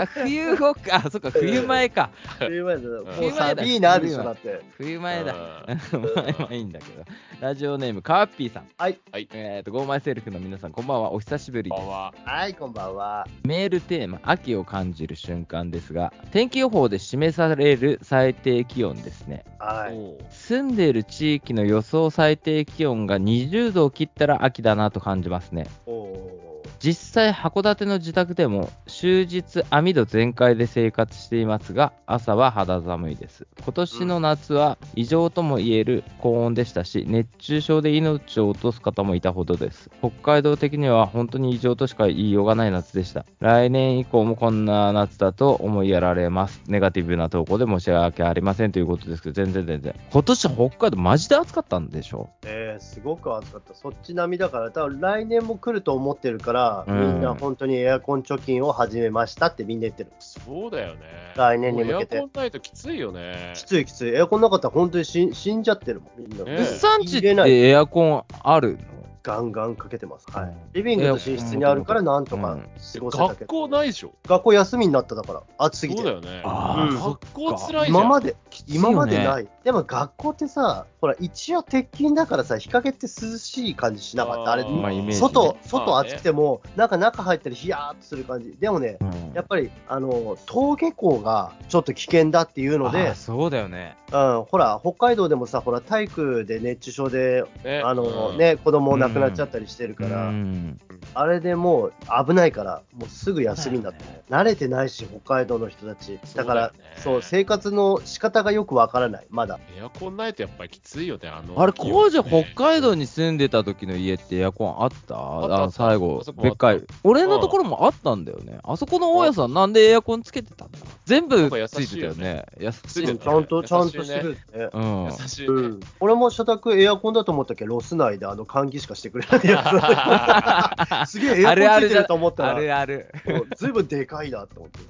A: あ冬後か、あ、そっか、冬前か。
C: 冬前だよ。も
A: 冬
C: う
A: 前だ
C: サビーナーでしょ、だって。
A: 冬 前だ。
B: うん
A: まあまあいいんだけど。ラジオネーム、カワッピーさん。
C: はい。
A: えっ、と、ゴーマイセルフの皆さん、こんばんは。お久しぶりで
B: こ
A: す
B: んばん。は。
C: はい、こんばんは。
A: メールテーマ、秋を感じる瞬間ですが、天気予報で示される最低気温ですね。
C: はい。
B: おう
A: 住んでいる地域の予想最低気温が20度を切ったら秋だなと感じますね。
C: おおー。
A: 実際、函館の自宅でも終日網戸全開で生活していますが、朝は肌寒いです。今年の夏は異常とも言える高温でしたし、熱中症で命を落とす方もいたほどです。北海道的には本当に異常としか言いようがない夏でした。来年以降もこんな夏だと思いやられます。ネガティブな投稿で申し訳ありませんということですけど、全然全然。今年北海道マジで暑かったんでしょ
C: えー、すごく暑かった。そっち並みだから、多分来年も来ると思ってるから、
A: う
C: み
A: ん
C: んな本当にエアコン貯金を始めましたってみんな言ってる。
B: そうだよね。
C: 来年に向けて
B: もうエアコンないときついよね。
C: きついきつい。エアコンなかったら本当に死ん死んじゃってるもん、みんな。
B: ねえ
A: 物産地っ
C: 入れない
A: てエアコンあるの
C: ガンガンかけてます。
A: う
C: はい
A: ん。
C: リビングと寝室にあるから、なんと
A: う
C: か
A: ん
C: 過ごせたけど。
B: 学校ないでしょ。
C: 学校休みになっただから、暑すぎ
B: そ
C: て
B: うだ。よね。
A: あ
C: ー
B: うん
A: そっか
B: 学校辛いじゃん。
C: 今まで、
A: いよね
C: 今までない。でも学校ってさ、ほら、一応鉄筋だからさ、日陰って涼しい感じしなかった。あれ、
B: ー
A: まあイメージね
C: 外、
B: ま
C: 外
B: あね
C: 暑くても、なんか中入ったらヒヤーっとする感じ。でもね、
A: うん
C: やっぱり、あの、登下校がちょっと危険だっていうの
A: あ
C: で
A: ー、そうだよね。
C: うん、ほら、北海道でもさ、ほら、体育で熱中症で、
B: ね
C: あの
B: うん
C: ね、子供亡くなっちゃったりしてるか
A: う
C: ら、
A: ん
C: あれでもう危ないから、もうすぐ休みになって、慣れてないし、北海道の人たち、だか
B: そ
C: ら
B: うだよね、
C: そう,、生活の仕方がよくわからない、まだ。
B: エアコンないとやっぱりきついよね、あの。
A: あれ、工事
B: ね
A: 北海道に住んでた時の家ってエアコンあったあ
B: ったあ
A: の
B: った
A: 最後
B: あそ、こもあ
A: で
B: っ
A: ったかい。俺のところもあったんだよね。あそこの大家さん、なんでエアコンつけてたんだ全部
B: なんか優し
A: つ
B: い
A: いてたよね。優し
B: つ
A: い
B: い
A: よね
B: てた
C: ちゃんと、
B: 優しいね
C: ちゃんとしてるね。
A: うん。
B: 優しい、
C: う
B: ね
C: ん、俺も社宅エアコンだと思ったけど、ロス内であの換気しかしてくれないや つ。すげえエアコンついてると思った
A: あ
C: ら、
A: るある。
C: もうずいぶんでかいなと思って。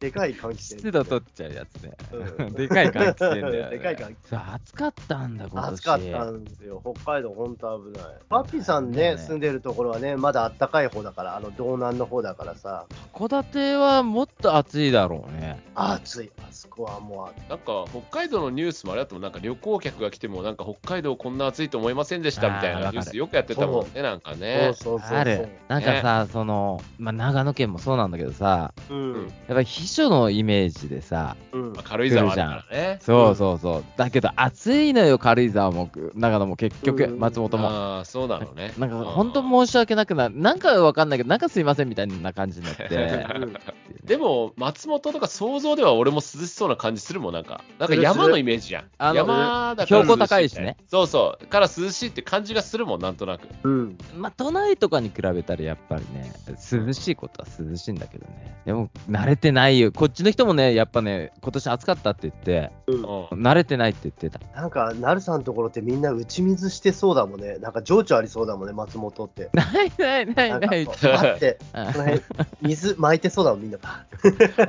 C: でかい換気扇
A: 湿度取っちゃうやつね。
C: うん
A: でかい換気扇だよね。
C: でかい換
A: そう暑かったんだ、今年。
C: 暑かったんですよ、北海道、本当危ない。パッピーさん
A: だよ
C: ね、
A: ね
C: 住んでるところはね、まだあったかい方だから、あの道南の方だからさ、
A: 函館はもっと暑いだろうね。
C: 暑い、あそこはもう暑い
B: なんか北海道のニュースもあれだと思うなんか旅行客が来てもなんか北海道こんな暑いと思いませんでしたみたい
A: あー
B: な
A: わか
B: ニ
A: る
B: ュースよくやってたもんねなんかね
C: そうそうそうそう。
A: ある。なんかさ、その、まあ、長野県もそうなんだけどさ、
C: うん。
A: やっぱり避暑のイメージでさ、
C: うん
B: まあ、軽井沢だからね
A: そうそうそう。だけど暑いのよ、軽井沢も、長野も結局、
C: うん
A: 松本も。
B: ああそうなのね
A: なんか
B: う
A: 本当申し訳なくななんかわかんないけど、なんかすいませんみたいな感じになって。
C: うん
B: でも松本とか想像では俺も涼しそうな感じするもんなんかなんか山のイメージじゃん
A: あの
B: 山だから
A: 標高高いしね
B: そうそうから涼しいって感じがするもんなんとなく
C: うん。
A: まあ、都内とかに比べたらやっぱりね、涼しいことは涼しいんだけどね。でも、慣れてないよ。こっちの人もね、やっぱね、今年暑かったって言って、
B: うん
A: 慣れてないって言ってた。
C: なんか、なるさんのところってみんな打ち水してそうだもんね。なんか情緒ありそうだもんね、松本って。
A: ないないない
C: なんか
A: な
C: こ。
A: いう
C: パッて、
A: あ
C: この辺、水巻いてそうだもん、みんな。パッ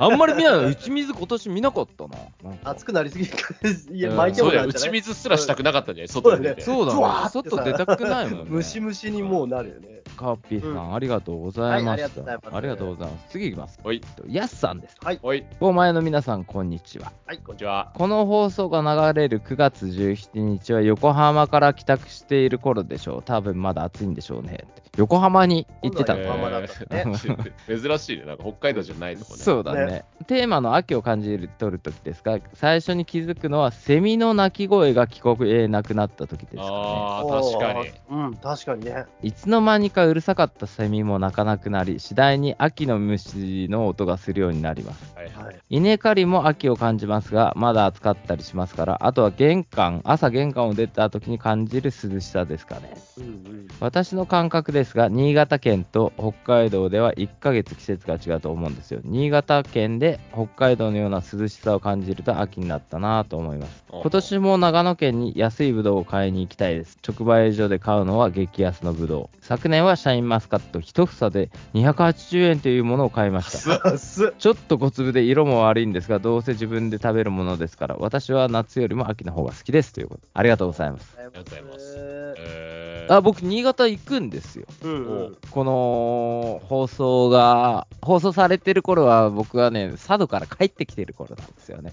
A: あんまり見ない。打ち水今年見なかったな。なんか
C: 熱くなりすぎるから、いや、
A: うん
C: 巻いて
B: そ
C: も
B: うだ
C: な
B: よ
C: ん
B: 打
C: じゃな
B: ち
C: い
B: 水すらしたくなかったんじゃない外に出て
A: そう
C: ブワ
A: だ
C: ー
A: ね。
C: ってさ
A: 外出たくないもんね。
C: ムシムシにもうなるよね。
A: カーピーさん、ありがとうございました、
C: はいありがとうございます
A: ありがとうございます。次いきます。
B: はい
A: ヤスさんです。
C: はい。
B: おい
A: お前の皆さん、こんにちは。
C: はい、
B: こんにち は
A: この放送が流れる9月17日は横浜から帰宅している頃でしょう。多分まだ暑いんでしょうね。横浜に行ってたの
C: 今度
A: か
C: は
A: な
C: 横浜だったね
B: 珍しいねなんか北海道じゃないとこね
A: そうだねテーマの秋を感じ取るときですが、最初に気づくのは、セミの鳴き声が聞こえなくなったときですかね。
B: あー確かに
C: おー。うん、確かにね。
A: いつの間にかうるさかったセミも鳴かなくなり、次第に秋の虫の音がするようになります。
B: はい
C: はい。
A: 稲刈りも秋を感じますが、まだ暑かったりしますから、あとは玄関、朝玄関を出た時に感じる涼しさですかね。
C: うんうん。
A: 私の感覚ですが、新潟県と北海道では1ヶ月季節が違うと思うんですよ。新潟県で北海道のような涼しさを感じると秋になったなぁと思います。
B: おう
A: 今年も長野県に安いブドウを買いに行きたいです。直売所で買うのは激安のブドウ。昨年はシャインマスカット1房で280円というものを買いました。
C: すっ。
A: ちょっと小粒で色も悪いんですが、どうせ自分で食べるものですから、私は夏よりも秋の方が好きですということ。ありがとうございます。
C: あり
B: がとうございますえ
A: あ僕、新潟行くんですよ。
C: うんうん
A: この放送が、放送されてる頃は、僕はね、佐渡から帰ってきてる頃なんですよね。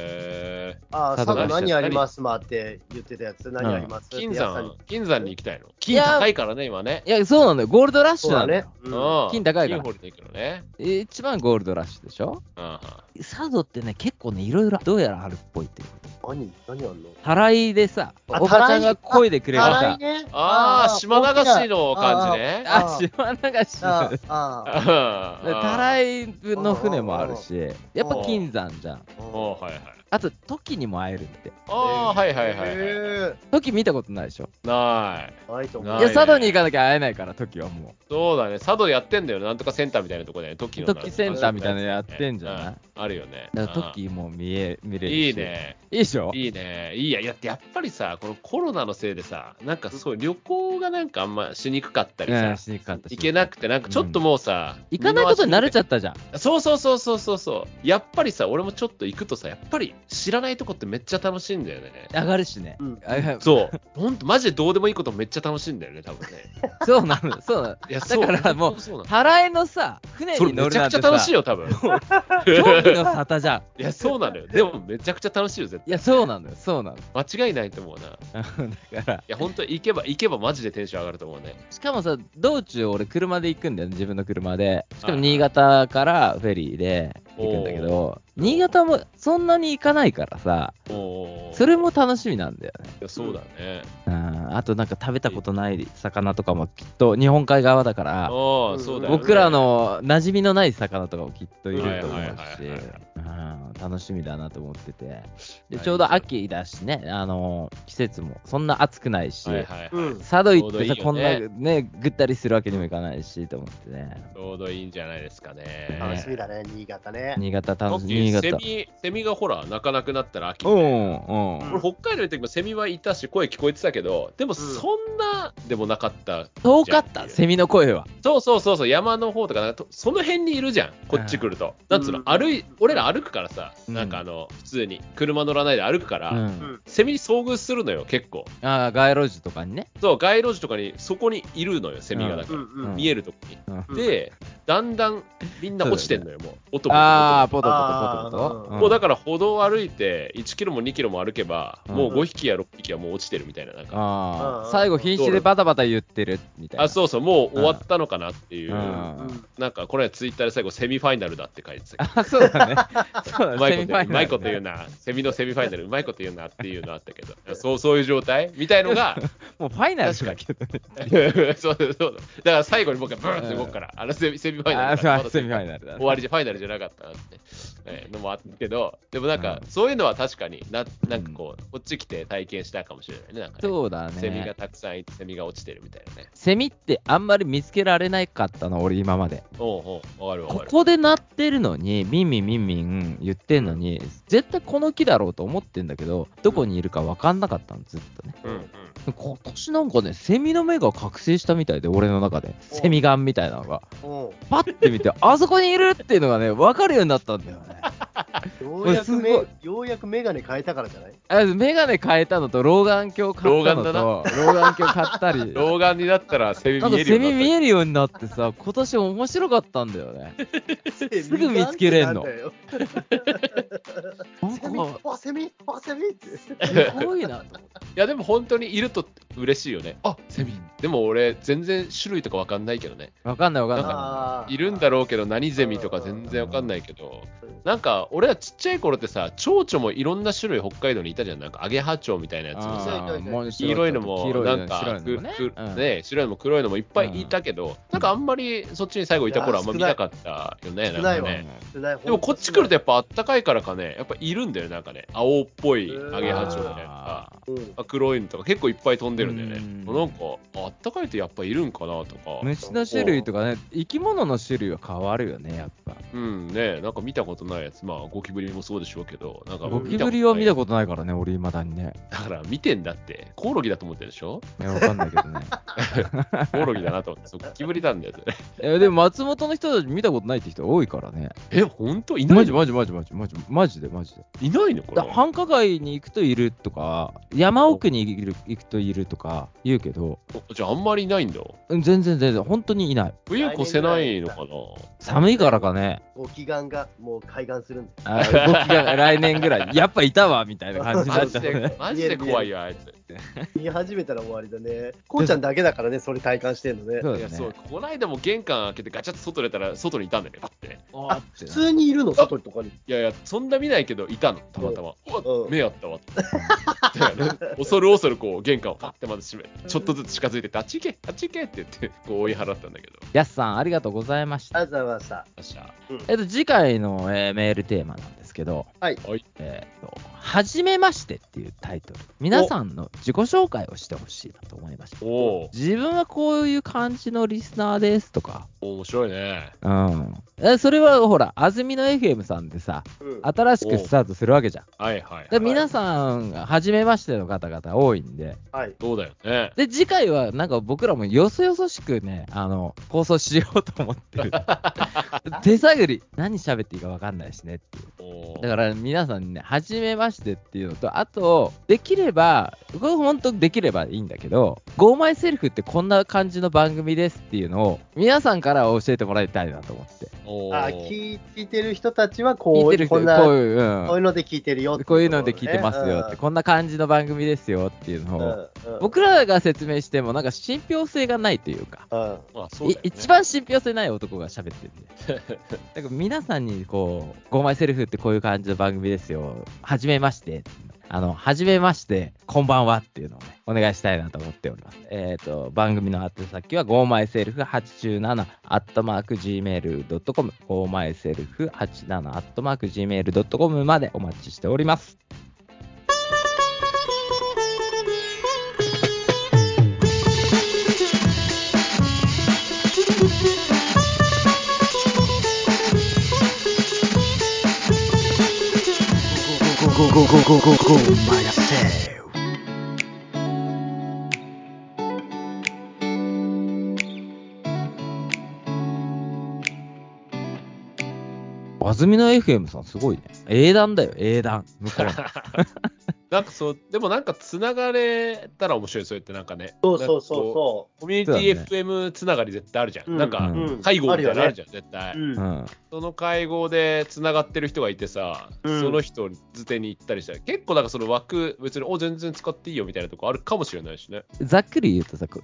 B: え
C: ああ、
A: 佐
C: 佐
A: 渡
C: 渡何ありますまって言ってたやつ、何あります
B: ー、金
C: ってやつ
B: 山
C: に、
B: 金山に行きたいの。
A: い
B: 金
A: や
B: 高いからね、今ね。
A: いや、そうなんだよ、ゴールドラッシュ
C: そう
A: な
C: だ
A: んだ
C: ね
A: よ。。
C: うん
B: うん
A: 金高いから
B: 金掘りていくのね。
A: 一番ゴールドラッシュでしょ
B: うん
A: 佐渡ってね、結構ね、いろいろどうやらあるっぽいっていう。
C: 何、何あんの
A: たらいでさ、
C: あ
A: おばちゃんが漕いでくれる
C: たら
A: さ
C: い、ね
B: ああ、島流しの感じ。ね。
A: あ、
C: あ
A: 島流し
B: う
C: あー
B: ん
C: あ
A: でたらいの船もあるし、やっぱ金山じゃん。
C: ー、
B: おーはいはい。
A: あと、トキにも会えるって。
B: ああ、はいはいはいはい。
C: え
A: トキ見たことないでしょ。
B: ない。
C: ーないと思。
B: な
A: いうや、佐渡に行かなきゃ会えないから、トキはも
B: そうだね、佐渡やってんだよね、なんとかセンターみたいなとこで、時
A: う。
B: の。
A: トキセンターみたいなのやっ
B: ね
A: てんじゃない
B: うんあるよね。
A: だからトキも見え、見
B: う
A: れ
B: ん
A: るし。
B: いい。ね、
A: いいでしょ
B: いいね、いいや、いややっぱりさ、このコロナのせいでさ、なんかそう、旅行がなんかあんましにくかったり
A: う
B: さ
A: ん、、しにくかったし
B: 行けなくて、なんかちょっともうさ、
A: 行かないことに慣れちゃ
B: っ
A: ったじゃん。
B: た。そうそうそうそうそうそう、やっぱりさ、俺もちょっと行くとさ、やっぱり知らないとこってめっちゃ楽しいんだよね。
A: 上がるしね。
C: うん
A: あいや
B: そう、ほんと、マジでどうでもいいことめっちゃ楽しいんだよね、多分ね。
A: そうなの、そうなの。
B: いや、
A: だからも
B: う、そうなの
A: たらいのさ、船
B: それ
A: に
B: め
A: 乗る
B: ちゃ
A: な
B: く
A: ん
B: ちゃ
A: て
B: 楽しい
A: さ、
B: よ、多分。
A: 競 技の沙汰じゃん。
B: いや、そうなのよ。でも、めちゃくちゃ楽しいよ、絶
A: いや、そうなのよ、 そうなの。
B: 対。間違いないと思うな。い
A: だから、
B: や、本当行けば、行けばマジでテンション上がると思うね。
A: しかもさ、道中俺車で行くんだよね、自分の車で。しかも
B: はい
A: 新潟からフェリーで行くんだけど、新潟もそんなに行かないからさ、
B: おー
A: それも楽しみなんだよね。
B: いやそうだね。
A: うん、あとなんか食べたことない魚とかもきっと日本海側だから、
B: あ
C: う
B: あ、
C: ん
B: そうだよね
A: 僕ら、の馴染みのない魚とかもきっといると思う
B: は
A: し
B: いはいはいはい、
A: うん楽しみだなと思ってて、で
B: はい
A: ちょうど秋だしね、あの季節もそんな暑くないし、
B: はいはいは
C: う
B: い。
C: ん。
A: 佐渡行ってさ、
B: ちょ
A: こ
B: うんどいい
A: な
B: よね
A: ね、ぐったりするわけにもいかないしと思ってね、
B: ちょうどいいんじゃないですかね。
C: 楽しみだね、新潟ね。
A: 新潟
B: さっ
A: 楽し
B: き
A: み、新
B: セ
A: 潟。
B: ミ、セミがほら、鳴かなくなったら秋。
A: う
B: 俺、
A: んうん
C: ん
B: 北海道の時もセミはいたし、声聞こえてたけど、でも、そんなでもなかった。
A: 遠かった、セミの声は。
B: そうそうそうそう、山の方とかなんかと、その辺にいるじゃん、こっち来ると。なんつうの、
C: うん
B: 歩い、俺ら歩くからさ、
A: うん
B: なんかあの、普通に、車乗らないで歩くから、
A: うん、
B: セミに遭遇するのよ、結構。
A: あー街路樹とかにね。
B: そう、街路樹とかに、そこにいるのよ、セミがだか
C: う
B: ら、
C: んうん。
B: 見えるとこに。
A: うん
C: うん
B: で、だんだんみんな落ちてんのよ、もう、音も。
A: ああ、
B: 音も
A: ポトポトポトポト。
C: あー
B: もうだから歩道を歩いて、1キロも2キロも歩けば、
A: うん
B: もう5匹や6匹はもう落ちてるみたいな、なんか、
A: あ
C: う
A: あ
C: ん
A: 最後瀕死でバタバタ言ってるみたいな。
B: あ、そうそう、もう終わったのかなっていう、
A: うん
C: うん
B: なんか、これツイッターで最後、セミファイナルだって書いてたけど
A: あそうだね。 そうだ
B: う
A: ね。
B: まい
A: セミ
B: こ
A: フ
B: と
A: ァイナル
B: うまいこと言うな、セミのセミファイナル、うまいこと言うなっていうのあったけど、そうそういう状態みたい のが、
A: もうファイナルだけどね。
B: そうそうそうだから最後に僕がブーンって動くから、あのセミセミファイナ
A: あ
B: ルだからま
A: ー
B: だ
A: セミファイナルだね。
B: 終わりじゃファイナルじゃなかったなって、えーのもあったけど、でもなんか、
A: うん
B: そういうのは確かにな、なんかこう、こっち来て体験したかもしれないね、なんかね、
A: そうだ
B: セミが
A: ね。
B: たくさんいて、セミが落ちてるみたいなね。
A: セミってあんまり見つけられなかったの、俺今まで。
B: おうおう、わかるわか
A: こ
B: る。
A: こで鳴ってるのに、ミンミンミンミン言ってんのに、絶対この木だろうと思ってんだけど、どこにいるか分かんなかったの、ずっとね。
B: うんうん、
A: 今年なんかね、セミの目が覚醒したみたいで、俺の中で。セミガンみたいなのが。
C: うん
A: パッて見て、あそこにいるっていうのがね、分かるようになったんだよね。
C: ようや
A: す
C: く
A: ご
C: め、
A: い
C: ようやくメガネ変えたからじゃない
A: あメガネ変えたのと老眼鏡買ったのと老
B: 老
A: 眼鏡買ったり
B: 老眼になったらセミ
A: なん
B: 見
A: か
B: えるよ
A: セ
B: うに
A: ミ
B: なった
A: 見えるようになってさ今年面白かったんだよ ね
C: す
A: ぐ見つけれんのなん
C: セ
A: か
C: ミ、あ、セミ、あ、セミって。
A: すごいなと思って
B: いやでも本当にいると嬉しいよね。あ セミ。でも俺、全然種類とかわかんないけどね。
A: 分かんない分かんない
C: あー
B: いるんだろうけど、何ゼミとか全然わかんないけど、なんか俺らちっちゃい頃ってさ、蝶々もいろんな種類北海道にいたじゃん。なんかアゲハチョウみたいなやつもさ、
A: あーもう
B: 黄色いのも
A: 黄色い
B: な
A: の
B: んか
A: 白いのもね
B: くく
A: うん
B: ね白いのも黒いのもいっぱいいたけど、なんかあんまりそっちに最後いた頃あんま見なかったよね。
C: 少
B: な
C: なんい
B: か
C: わ
B: ね
C: 少ない
B: でもこっち来るとやっぱあったかいからかね、やっぱいるんだよね、なんかね、青っぽいアゲハチョウみたいなのが。
C: うん
B: あ黒いのとか結構いっぱい飛んでるんだよね。
A: うん
B: なんかあったかいとやっぱいるんかなとか、
A: 虫の種類とかね生き物の種類は変わるよねやっぱ
B: うんね、なんか見たことなないやつ、まあ、ゴキブリもそうでしょうけど、なんか
A: ゴキブリは見た
B: こ
A: ことないからね、俺、いまだにね。
B: とないだから見てんだって、コオロギだと思ってるでしょ
A: いや、わかんないけど ね。
B: コオロギだなと思って、そうゴキブリなんだよ、それ。
A: えでも、松本の人たち見たことないって人多いからね。
B: え、ほんといな
A: マ
B: い
A: ジ
B: の
A: マジマジマジマジマジでマジで。
B: いないのこれ
A: だ。繁華街に行くといるとか、山奥にいる行くといるとか言うけど、
B: おじゃあ、あんまりいないんだ。
A: うん全然全然、本当にいない。
B: 冬越せないのかな
A: 寒いからかね。
C: ご祈願がもう開眼するんだ
A: あ動きが来年ぐらい、やっぱいたわみたいな感じにな
B: マ
A: っちゃ
B: ジ
A: う
B: で
A: ね。
B: マジで怖いよ、あいつ。
C: よ見始めたら終わりだねこうちゃんだけだからねそれ体感してんのね
A: そう
B: い
A: だ
B: や、
A: ね
B: そう、こないだも玄関開けてガチャッと外出たら、外にいたんだよね、パッて。
A: あ
C: 普通にいるの外とかに
B: いやいや、そんな見ないけど、いたの、たまたま。うわ
C: うん
B: 目あっ たわ。だよね恐る恐る、こう、玄関をパッてまず閉め、ちょっとずつ近づいてって、あっち行け、あっち行けって言って、こう追い払ったんだけど。
A: やすさん、ありがとうございました。
C: ありがとうございました
B: よっしゃ
A: えっと、次回の、えーメールテーマなんですけど、
C: はい
B: はい
A: えーっと、はじめましてっていうタイトル。皆さんの自己紹介をしてほしいなと思いました。
B: おお、
A: 自分はこういう感じのリスナーですとか、
B: 面白いね。
A: うん。えそれはほら、安住の FM さんでさ、
C: うん
A: 新しくスタートするわけじゃん。
B: はいはい。
A: で、皆さん、はじめましての方々多いんで、
C: はい
B: そうだよね。
A: で、次回はなんか僕らもよそよそしくね、あの、放送しようと思って る。手探り、何喋っていいか分かんないしねっていう。
B: お
A: だ
B: ー
A: から皆さんね、はじめましてっていうのと、あと、できれば、これ本当できればいいんだけど、ゴーマイセルフってこんな感じの番組ですっていうのを、皆さんから教えてもらいたいなと思って。
B: お
C: あ
B: ー
C: 聞い聞いてる人たちはこ
A: 聞いうてる人、
C: こ
A: こ
C: ん
A: う
C: な
A: いう、
C: こういううので聞いてるよって
A: ん、こういうので聞いて
C: ところね
A: ますよって、こんな感じの番組ですよっていうの
C: う
A: を、
C: んうん
A: 僕らが説明しても、なんか信憑性がないというか、
C: うん
B: まあそうだよ
A: い
B: ね
A: 一番信憑性ない男が喋ってるんで。 だから皆さんに、こう、ゴーマイセルフってこういう感じの番組ですよ。はじめまして。あの、はじめまして、こんばんはっていうのをね、お願いしたいなと思っております。えっ、と、番組の宛先は、ゴーマイセルフ87、アットマーク Gmail.com、ゴーマイセルフ87、アットマーク Gmail.com までお待ちしております。
C: go go go go go go myself
A: 安住の FM さんすごいね。英断だよ、英断。向こうの
B: なんかそう、でもなんかつながれたら面白い、そうやってなんかね。
C: そうそ
B: な
C: う
B: んかこ。
C: そう
B: コミュニティ FM つながり絶対あるじゃん。
C: うん
B: なんか、
A: うん
B: 介護みたいなのあるじ
C: じ
B: ゃん、絶対。
C: ん
A: うん。
B: その会合でつながってる人がいてさ、
C: うん
B: その人づてに行ったりしたら、結構なんかその枠、別に、お、全然使っていいよみたいなとこあるかもしれないしね。
A: ざっくり言うとさ、こ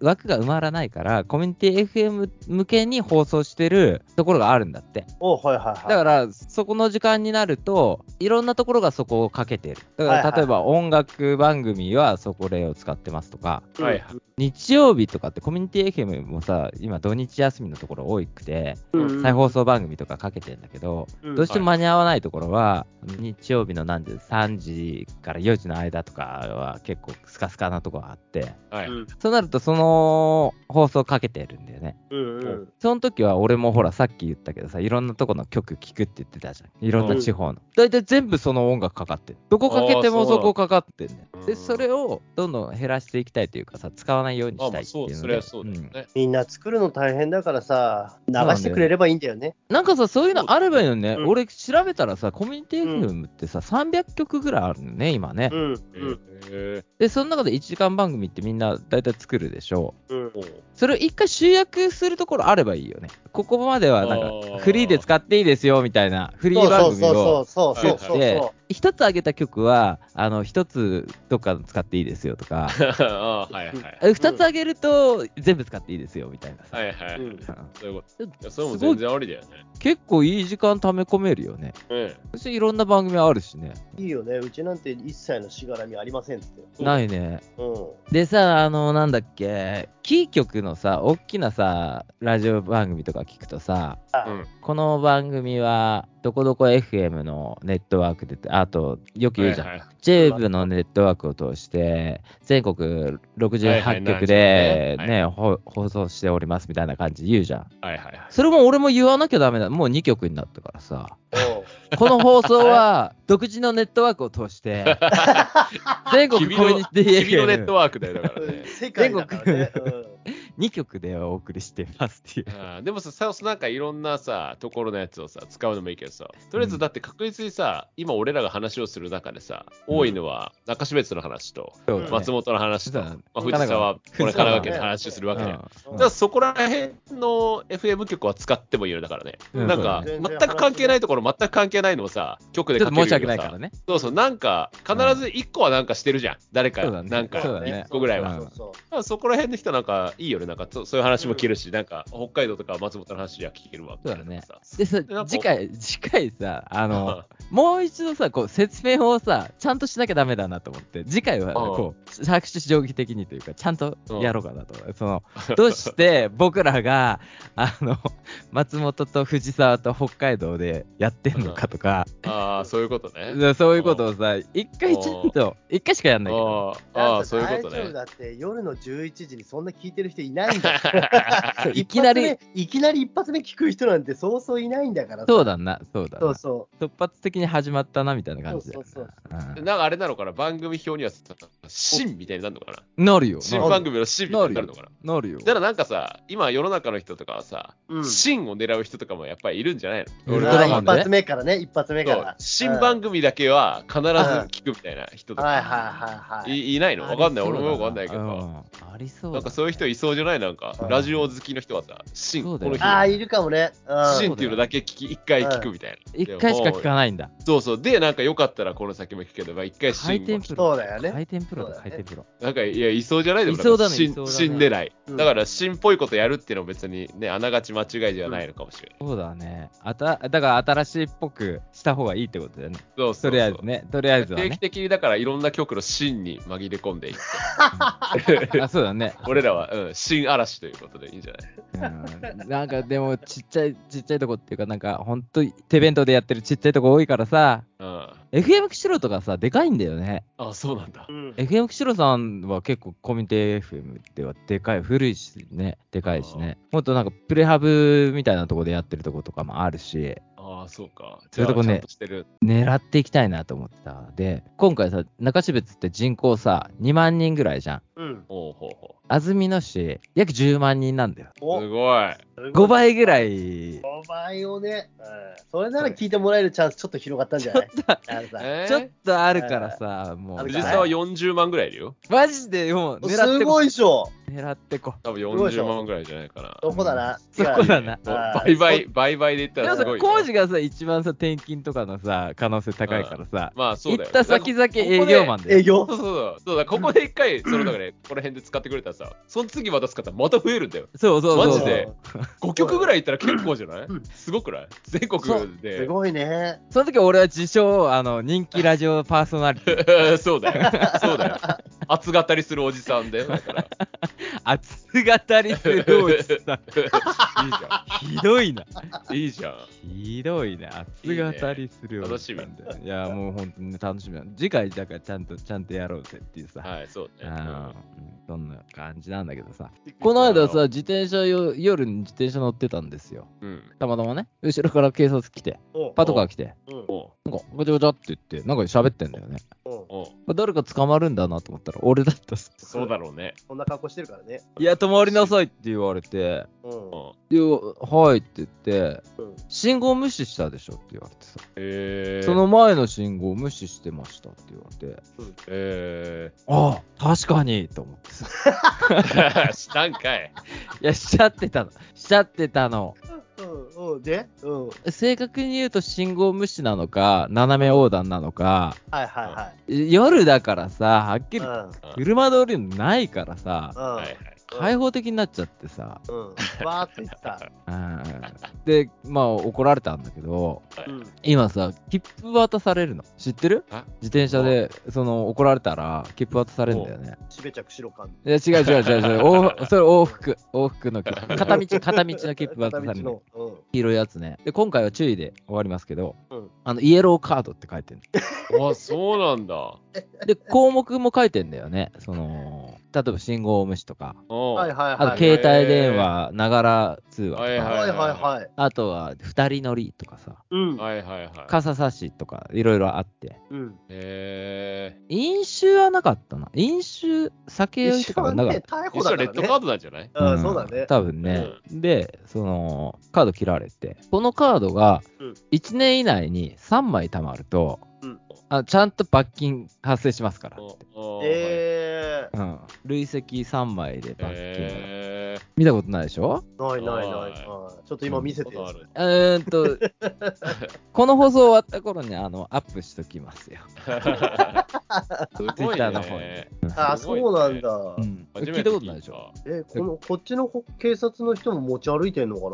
A: 枠が埋まらないから、コミュニティ FM 向けに放送してるところがあるんだって。
C: おはいはいはい
A: だから、そこの時間になると、いろんなところがそこをかけてる。だ
C: はい
A: か
C: は
A: ら、
C: い
A: 例えば音楽番組はそこれを使ってますとか、
C: うん
B: はいはい。
A: 日曜日とかってコミュニティ FM もさ、今土日休みのところ多くて、
C: うん
A: 再放送番組とかかけてんだけど、
C: うん
A: どうしても間に合わないところは、日曜日の何時、3時から4時の間とかは結構スカスカなとこがあって、
B: はい。
C: うん
A: そうなるとその放送かけてるんだよね。
C: うんうん
A: その時は俺もほらさっき言ったけどさ、いろんなとこの曲聴くって言ってたじゃん。いろんな地方の。大体全部その音楽かかってる。どこかけて
B: あ
A: も
B: ーそう
A: そ
B: なの
A: こかかってんね
B: うん
A: で、それをどんどん減らしていきたいというかさ、使わないように
B: まあ
A: し
B: ま
A: たいっ
B: あ、
A: てい
B: そうう、
A: の
B: そ
A: で
B: れはそうだよね。
C: みんな作るの大変だからさ流
A: なんだよね
C: してくれればいいんだよね
A: なんかさ、そういうのあればいいのにね。
C: うん
A: 俺調べたらさ、コミュニティ FM ってさ、300曲ぐらいあるのね、今ね。
C: うんうん
B: えー
A: で、その中で1時間番組ってみんな大体作るでしょう。
C: うん
B: おう
A: それを一回集約するところあればいいよね。ここまではなん
B: あ
A: か
B: ー
A: フリーで使っていいですよみたいなフリー番組を
C: そうそうそうそうそうそう
A: で
C: そ
A: 一つ上げた曲はあの一つどっか使っていいですよと か
B: あーはいはい。
A: え二つ上げると全部使っていいですよみたいなさ、
B: はいは
C: う
B: い。
C: うん
A: うん
B: そういうこ
A: ちょ
B: と。いやそれも全然ありだよね。
A: 結構いい時間溜め込めるよね。
B: うん。
A: そしていろんな番組あるしね。
C: いいよねうちなんて一切のしがらみありませんっつって
B: そう
A: ないね。
C: うん
A: でさ、あの、なんだっけ、キー局のさ、大きなさ、ラジオ番組とか聞くとさ、
B: うん
A: この番組は、どこどこ FM のネットワークでって、あと、よく言うじゃん。
B: はいはい
A: JWAVE のネットワークを通して、全国
B: はい
A: 68
B: はい
A: 局で、
B: はい
A: ね、ほ放送しておりますみたいな感じ言うじゃん。
B: はいはいはい。
A: それも俺も言わなきゃダメだ。もう2局になったからさ。
D: おう
A: この放送は独自のネットワークを通して、全国
B: 君
A: コ
B: の
A: ミュニティ
B: 君のネッ
A: FM2
B: トワークだよ、だからね。
C: 世界だから ね。
A: 局でお送りしてますっていう。
B: あーでもささ、なんかいろんなさ、ところのやつをさ、使うのもいいけどさ、とりあえずだって確実にさ、今俺らが話をする中でさ、多いのは中標津の話と、
A: そうだね
B: 松本の話
A: そ
B: と、
A: うだね
B: まあ、藤沢、これ神奈川県の話をするわけだよ。だからそこら辺の FM 局は使ってもいいよだからね、
A: うん
B: なんか
D: そう
B: 全
D: だね
B: 然関係ないところ、全く関係ないのをさ、局
A: う
B: で
A: んちょ
B: か
A: っと
B: ける
A: 申
B: より
A: し
B: は
A: 訳ないから
B: さ
A: ね。
B: そうそう、なんか必ず1個はなんかしてるじゃん、誰か、
A: そうだね
B: なんか
A: そうだね
B: 1個ぐらいは。
A: うん
D: そうそう
B: だからそこら辺の人なんかいいよね、なんかそそういう話も聞けるし、なんか北海道とか松本の話は聞けるわみたいなさ。
A: でさ
B: なんか
A: 次回、次回さ、あの、
B: あ
A: もう一度さ、こう、説明をさ、ちゃんとしなきゃダメだなと思って、次回は、
B: ああ
A: こう、作詞定規的にというか、ちゃんとやろうかなと思う。その、どうして僕らが、あの、松本と藤沢と北海道でやってんのかとか、
B: あー、そういうことね。
A: そうそういうことをさ、一回ちゃんと、一回しかやんないけど、
B: あー
C: あ
B: あ
C: あ、
B: ー、
C: そ
B: そうう
C: い
B: いうう
C: こ
B: ことと
C: ね。
B: ね。
C: だって夜の11時にそんな聞いてる人いない んだから。
A: そういきな
C: 一
A: り、
C: 発目いきなり一発目聞く人なんてそうそういないんだからさ。
A: そうだな、そうだな
C: そうそ
A: 突発的に始まったなみたいな感じで
C: そうそう
B: なんかあれなのかな、番組表にはさ、新みたいになるのかな。
A: なるよ、
B: 新
A: なる
B: 番組の新みたいになるのかな。
A: なるよ。
B: だからなんかさ、今世の中の人とかはさ、
C: う。うん。
B: 新を狙う人とかもやっぱりいるんじゃないの
A: ウル
B: 俺
A: トラマ
B: は
A: ン
C: 一
A: でね
C: 発目からね、一発目か
B: そ
C: ら
B: う。新番組だけは必ず聞くみたいな人
C: うん
B: と
C: はいはい
B: か
C: はいはい。
B: いいないのわかんない、俺もよくわかんないけ
A: う
B: ど。
A: んありそうだ
B: なんかそういう人いそうじゃないなんか
C: う、ん
B: ラジオ好きの人はさ、シン、
A: そう
B: こ
A: だよ
B: の日、
C: ああ、いるかもね。
B: シ
C: う
B: ンっていうのだけ聞き、一回聞くみたいな。
A: 一回しか聞か
B: い。
A: ないんだ。
B: そうそう。で、なんかよかったらこの先も聞くけど、まあ一回シ
A: 回
B: ン
A: 転
B: も。
A: プ
C: そ
A: ロ。
C: うだよね
A: 回転プロだ、
C: そうだ
A: 回
C: よ
A: 転
C: ね
A: プロ。
B: なんか、いや、いそうじゃないでも
A: いそうだね
B: シ
A: い
B: ン
A: そうだね
B: シン狙い。
C: うん
B: だから、シンっぽいことやるっていうのは別にね、あながち間違いではないのかもしれない。
A: そうだね。あた、だから新しいっぽくした方がいいってことだよね。
B: そうそ
A: と
B: う
A: りあえ
B: そ
A: ず
B: う。
A: ね、とりあえずは
B: 定期
A: ね。
B: 的にだからいろんな局のシンに紛れ込んで いって、
A: あ、そうだね。
B: 俺らは、うん、新嵐ということでいいんじゃない
A: うんなんかでもちっちゃいちっちゃいとこっていうかなんかほんと手弁当でやってるちっちゃいとこ多いからさ
B: うん。
A: FM 釧路とかさでかいんだよね
B: あ、そうなんだ
D: う。ん
A: FM 釧路さんは結構コミュニティ FM ではでかい古いしねでかいしねもっとなんかプレハブみたいなとこでやってるとことかもあるし
B: ああ、そうか。
A: そういうとこね
B: じゃあちゃんしてる。
A: 狙っていきたいなと思ってたで今回さ中標津って人口さ2万人ぐらいじゃん
C: うん。
B: ほうほうほ
A: 安曇野市約10万人なんだよ
B: う。すごい。
A: 5。倍ぐらい
C: 5倍をね、うんそれなら聞いてもらえるチャンスちょっと広がったんじゃないあのさ
B: えー
A: ちょっとあるからさもう
C: ある
B: 藤
C: から
B: 沢40万ぐらいいるよ。
A: マジでもう狙っ
C: す
A: てこ
C: ごいでしょ。
A: 狙ってこ
B: 多分
C: ごいでしょ
B: 40万ぐらいじゃないかな。
C: そこだな。
A: そこだな
B: もう
C: あー
B: 倍倍、倍倍で言っ
A: で
B: た
A: も
B: ら
A: さ
B: すごいよ。
A: 工事がさ一番さ転勤とかのさ可能性高いからさ、
B: まあそう
A: 行
B: だよ。
A: った先々営業マ
B: ン。
A: ンで
C: 営業
B: そうそうそう。そうだ、ここで一回、そのだから、この辺で使ってくれたらさ、その次また使ったらまた増えるんだよ。
A: そうそうそう
B: マジで5曲ぐらいいったら結構じゃない
C: うん
B: すごくない全
A: そう
B: 国
C: す
B: で。
C: ごいね。
A: その時俺は自称あの人気ラジオパーソナリティ
B: そうだよ。そうだよ。熱語りするおじさんだよ。だから。
A: 熱語りするおじさん
B: いいじゃ。
A: ひどいなん
B: いいじゃん。
A: ひどいね熱語りするおじさんでいやもう本当に楽しみだ次回だからちゃんとちゃんとやろうぜっていうさ、
B: はい、そうね。
A: あのうんそんな感じなんだけどさ
B: うん
A: この間さ、自転車よ夜に自転車乗ってたんですよ
B: うん。
A: たまたまね後ろから警察来て
D: お
A: パトカー来て
D: うん
B: おう
A: なんかごちゃごちゃって言ってなんか喋ってんだよね
D: おう
B: おう
A: 誰か捕まるんだなと思ったら俺だったっす
B: そうだろうね。
D: そんな格好してるからね。
A: いや止まりなさいって言われて
D: うん
B: おう
A: ではいって言って
D: うん
A: 信号無視したでしょって言われてさ
B: えー、
A: その前の信号無視してましたって言われて
B: え
A: ああ確かにと思ってさ
B: ー、したんかい。
A: いやしちゃってたのしちゃってたの
D: うんうんでうん
A: 正確に言うと信号無視なのか斜め横断なのか
D: はいはいはい。
A: 夜だからさはっきり
D: うん
A: 車通りもないからさ
D: うん
B: はいはい。
A: 開放的になっちゃってさ、
C: うん。バーって言ってた。
A: うんで、まあ怒られたんだけど、
C: うん。
A: 今さ、切符渡されるの。知ってる
B: あ
A: 自転車で、その怒られたら、切符渡されるんだよね。
C: しべちゃくしろか
A: い
C: ん。
A: や、違う違う違う 違う。往それ往復、往復の切符。片道、片道の切符渡
C: 片
A: され
C: 道
A: るの。
C: の。うん。
A: 黄色いやつね。で、今回は注意で終わりますけど、
C: うん
A: あの、イエローカードって書いてる
B: あ、そうなんだ。
A: で、項目も書いてんだよね。その、例えば信号無視とか、
B: うん
C: はいはい
A: あ
C: は
A: と
C: い。
A: 携帯電話、ながら通話とか、
B: はい
C: はいはいはい。
A: あとは二人乗りとかさ、
C: うん。
B: はいはいはい。
A: 傘差しとか、いろいろあって。
C: うん。
B: え
A: 飲酒はなかったな。飲酒、酒酔いとかはなかった。
C: 逮
B: ー。一
C: 捕
B: 緒
C: だ
B: は
C: か
B: レ
C: ら
B: ッドカー
C: ね。
B: ドなんじゃない
C: うん、そうだね。
A: 多分ね。で、その、カード切られて、このカードが
C: うん
A: 1年以内に3枚貯まると、
C: うん
A: あ、ちゃんと罰金発生しますから。
B: うん
C: え
A: うん。累積3枚で罰金。
B: え
A: 見たことないでしょ
C: ー、ないないないない。ちょっと今見せてよ。
B: あ
C: そ
B: る
C: れ
A: うーん と、この放送終わった頃にあのアップしときますよ。
B: ー。すごいね
A: Twitter の方に
C: あ、そうなんだ
A: う。ん、
B: 初め
A: 聞いたことないでしょ。
C: え、この、こっちのほ警察の人も持ち歩いてんのか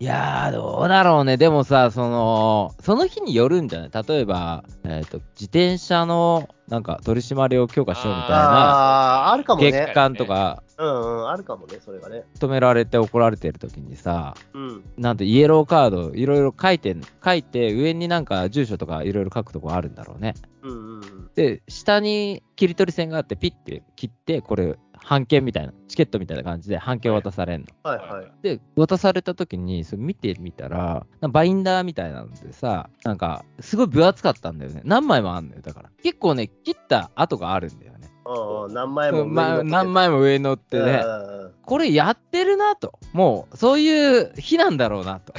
A: いやー、どうだろうね。でもさ、その、その日によるんじゃない例えば、えっ、と、自転車の、なんか、取り締まりを強化しようみたい
C: な
A: な、
C: あー、あるかも
A: 月
C: ね。
A: 間とか、
C: うんうん、あるかもね、それがね。
A: 止められて怒られてる時にさ、
C: うん。
A: なんてイエローカード、いろいろ書いて、書いて、上になんか住所とかいろいろ書くとこあるんだろうね。
C: うんうん
A: で、下に切り取り線があって、ピッて切って、これ、半券みたいな、チケットみたいな感じで半券渡されんの。
C: はいはい。
A: で、渡された時に、それ見てみたら、なんかバインダーみたいなのでさ、なんか、すごい分厚かったんだよね。何枚もあんのよ、だから。結構ね、切った跡があるんだよね。
C: うんうん、何枚も
A: まあ何枚も上に乗ってね、
C: あ
A: これやってるなと。もう、そういう日なんだろうなと。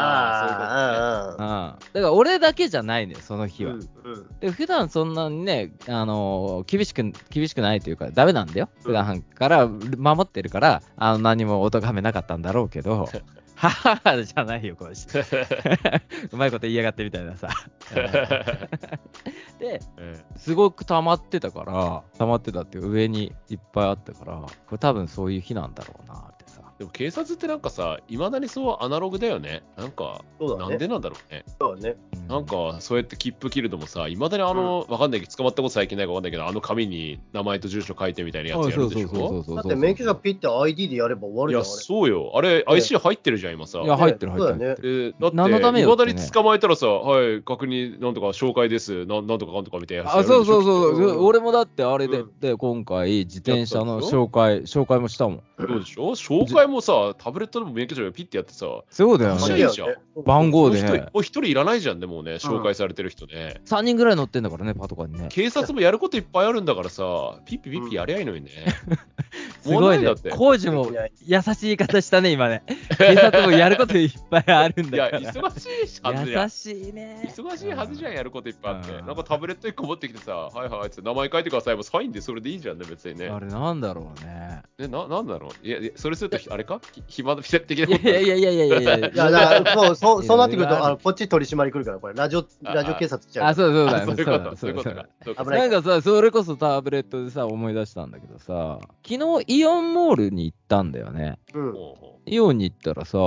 B: あ
A: うん。
C: あ、
A: だから、俺だけじゃないのよ、その日
C: う
A: は。
C: んうん。
A: で普段そんなにね、あの厳しく厳しくないというか、ダメなんだよ、
C: うん
A: 普段から守ってるから、あの何もお咎めなかったんだろうけ ど、はははじゃないよ、この人。 うまいこと言いやがってみたいなさ。
B: そういうことね
A: で、
B: うん
A: すごく溜まってたから、溜まってたっていうか上にいっぱいあったから、これ多分そういう日なんだろうな、ってさ。
B: でも警察ってなんかさ、いまだにそうアナログだよね。なんか、
C: そう
B: な
C: だ
B: んで
C: ね。
B: なんだろうね。
C: そうだね。
B: なんか、そうやって切符切るのもさ、いまだにあの、わかんないけど、捕まったこと最近ないかわかんないけど、あの紙に名前と住所書いてみたいなや
A: そ
B: つ
A: う
B: や
A: そ
B: る
A: う
B: で
A: そう
B: し
A: そうそう
B: ょ
A: そう
C: だって免許証ピッて ID でやれば終わ
B: い
C: るじゃん
B: や、そうよ。あれ、IC 入ってるじゃん、今さ。
A: いや、入ってる、
C: ね
A: 入ってる。入ってる
B: えーだって、
A: 何のため
B: い
A: よ
B: ま
A: って
B: だ
A: ね
B: に捕まえたらさ、はい、確認、なんとか、紹介です、なんなんとかかんとかみたいなやつや
A: あ
B: るでしょ
A: そうそうそうそう、
C: うん
A: 俺もだってあれで,、
C: うん
A: で今回自転車の
B: やったんでしょ
A: 紹介紹介もしたもん
B: そうでしょ紹介もさ、タブレットでも免許証でピッてやってさ、
A: そうだよ
B: そう
A: ね
B: だよね
A: 番号
B: もう
A: で
B: 一人
A: ね
B: もう一人いらないじゃんね、もうね、紹介されてる人ね。
A: 3人ぐらい乗ってんだからねパトカーにね
B: 警察もやることいっぱいあるんだからさ、ピッピピッピやりゃいいの にね。
A: すごい
B: もうな
A: ね
B: だって。
A: 工事も優しい言い方したね今ね警察もやることいっぱいあるん
B: いや、
A: だから
B: 忙しいはずじゃん
A: 優。しいね
B: 忙しいはずじゃん、やることいっぱいあって。
A: うん
B: なんかタブレット1個持ってきてさ、はいはい、つって名前書いてください。もうサインでそれでいいじゃんね、別にね
A: あ。れなんだろうね
B: ねななんだろういや、いやそれすると、あれかひ暇のピ的ないこと
A: やいやいやいやい やいやいや
C: いや、だから、そう、そう、そうなってく
A: い
C: る
A: やい
C: と、
A: や
C: あの、こっち取り締まり来るから、これ、ラジオ、ラジオ警察来ちゃ
A: あ
C: うか
A: そうそうだ
B: あ
A: よ
B: そういうこと、そういうこと
A: だ
B: か。そういうこと
C: 危
B: か
C: な
A: ないんかさ、それこそタブレットでさ、思い出したんだけどさ、昨日イオンモールに行ったんだよね。
C: ら。うん。
B: もうも
A: イオンに行ったらさ、あ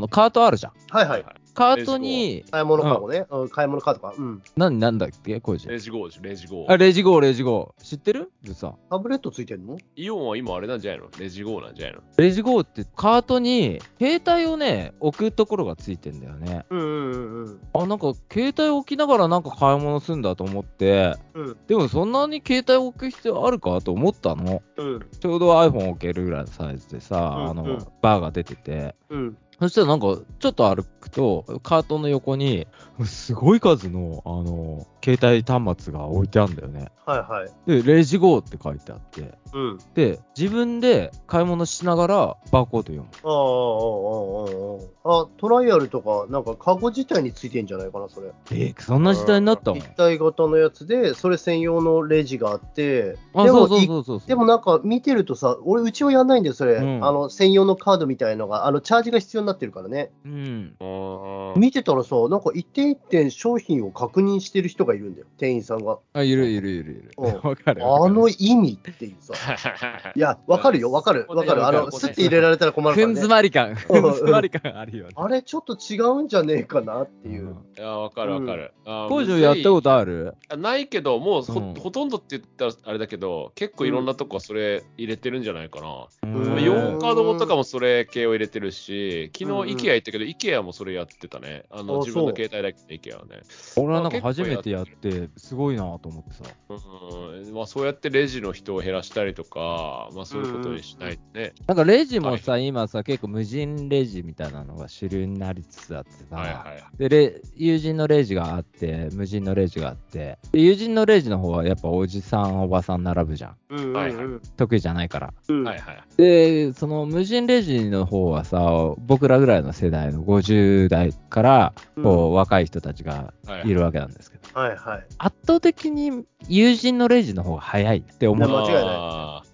A: の、カートあるじゃん。
C: はいうはい。
A: カートに、
C: 買い物カゴね。うん、買い物カードか。うん。
A: 何、なんだっけ、コージ
B: レ。ジ号でしょ、レジ号
A: あ、。レジ号、レジ号。知ってるずさん。
C: タブレットついてんの
B: イオンは今あれなんじゃないのレジ号なんじゃないの
A: レジ号ってカートに携帯をね、置くところがついてんだよね。
C: うんうんうん
A: あ、なんか携帯置きながらなんか買い物すんだと思って、
C: うん。
A: でもそんなに携帯置く必要あるかと思ったの。
C: うん。
A: ちょうど iPhone 置けるぐらいのサイズでさ、
C: うん
A: あの、
C: うん
A: バーが出てて。
C: うん。
A: そしたらなんか、ちょっと歩くと、カートの横に、すごい数の、あの、携帯端末が置いてあるんだよね。
C: はいは
A: で、
C: い。
A: レジ号って書いてあって、
C: うん。
A: で、自分で買い物しながらバーコード読む。
C: ああ、ああ、ああ、ああ。あ、トライアルとか、なんか、カゴ自体についてんじゃないかな、それ。
A: えーそんな時代になったもん。
C: 一体型のやつで、それ専用のレジがあって、
A: あ、
C: で
A: そう
C: も、
A: そう
C: い
A: そうそう。
C: でもなんか見てるとさ、俺、うちはやんないんだよ、それ、
A: うん
C: あの専用のカードみたいのが、あのチャージが必要になってるからね。
A: うん。
B: あー
C: 見てたらさ、なんか一点一点商品を確認してる人がいるんだよ、店員さんが。
A: あ、いるいるいるいる。
C: うん
A: わかる。
C: あの意味っていうさ。いや、わかるよ、わかる、
B: うん
C: わかる。あ
B: わかるわ
C: の、
B: かる
C: スって入れられたら困るか
A: ふ
C: ら
A: ん
C: ね
A: づ。まり感、ふんづまり感あるよね。
C: あれ、ちょっと違うんじゃねえかなっていうう。
A: ん
B: いや、わかるわかる。あー
A: 工場やったことある
B: あないけど、もうほ,、
A: うん
B: ほとんどって言ったらあれだけど、結構いろんなとこそれ入れてるんじゃないかな。
C: うん
B: まあ
C: うん
B: ヨーカドーとかもそれ系を入れてるし、昨
C: うんうん
B: 日 IKEA 行ったけど、IKEA もそれやってたね。あの
C: あ
B: 自分の
C: そう
B: 携帯だけで IKEA はね。
A: 俺はなんか初めてやって、すごいなと思ってさ。
B: うんまあ、そうやってレジの人を減らしたりとか、まあ、そういうことにしないとね。
A: なんかレジもさ、今さ、結構無人レジみたいなのが主流になりつつあって
B: はい
A: さ、
B: はい。
A: でレ友人のレジがあって、無人のレジがあって、で友人のレジの方はやっぱおじさん、おばさん並ぶじゃん。
C: うんうんうん
B: はいはい
A: 得意じゃないから。
C: うん
B: はいはい。
A: で、その無人レジの方はさ、僕らぐらいの世代の50代からこう、若い人たちがいるわけなんですけど、
C: はいはい。
A: 圧倒的に友人のレジの方が早いって思
C: や
A: う。
C: 間違いない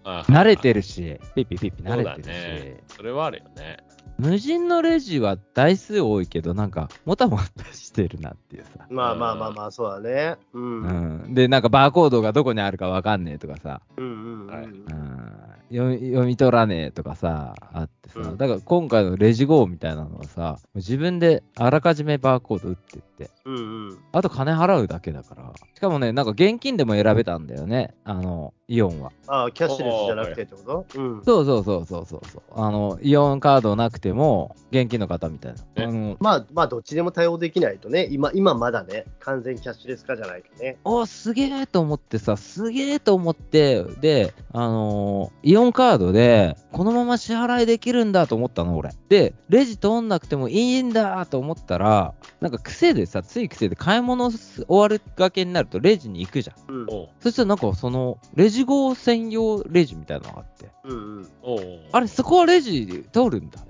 B: ない
A: 慣れてるし、ピッピピッピ慣れてるし、
B: そうだねそれはあるよね。
A: 無人のレジは台数多いけど、なんか、もたもたしてるなっていうさ。
C: まあまあまあまあ、そうだね。うん。
A: う
C: うん
A: ん、で、なんかバーコードがどこにあるかわかんねえとかさ、
C: うんうん
B: は
A: う
B: い
A: ん、読み読み取らねえとかさ、あってさ、
C: うん
A: だから今回のレジ号みたいなのはさ、自分であらかじめバーコード打ってって、
C: うんうん。
A: あと金払うだけだから。しかもね、なんか現金でも選べたんだよね、あの、イオンは。
C: ああ、キャッシュレスじゃなくてってことうん。
A: そうそうそうそうそうそう。あの、イオンカードなくても、現金の方みたいな。
B: ね
A: あの
C: まあ、まあ、どっちでも対応できないとね、今、今まだね、完全キャッシュレス化じゃないとね。
A: おすげえと思ってさ、すげえと思って、で、あのーイオンカードで、このまま支払いできるんだと思ったの、俺。で、レジ通んなくてもいいんだと思ったら、なんか癖でさ、つい癖で買い物す終わるがけになると、レジに行くじゃん。
C: うん。
B: おう
A: そしたらなんか、その、レジ号専用レジみたいなのがあって、
C: うんうん。
B: おう
A: あれ、そこはレジ通るんだ。
B: れ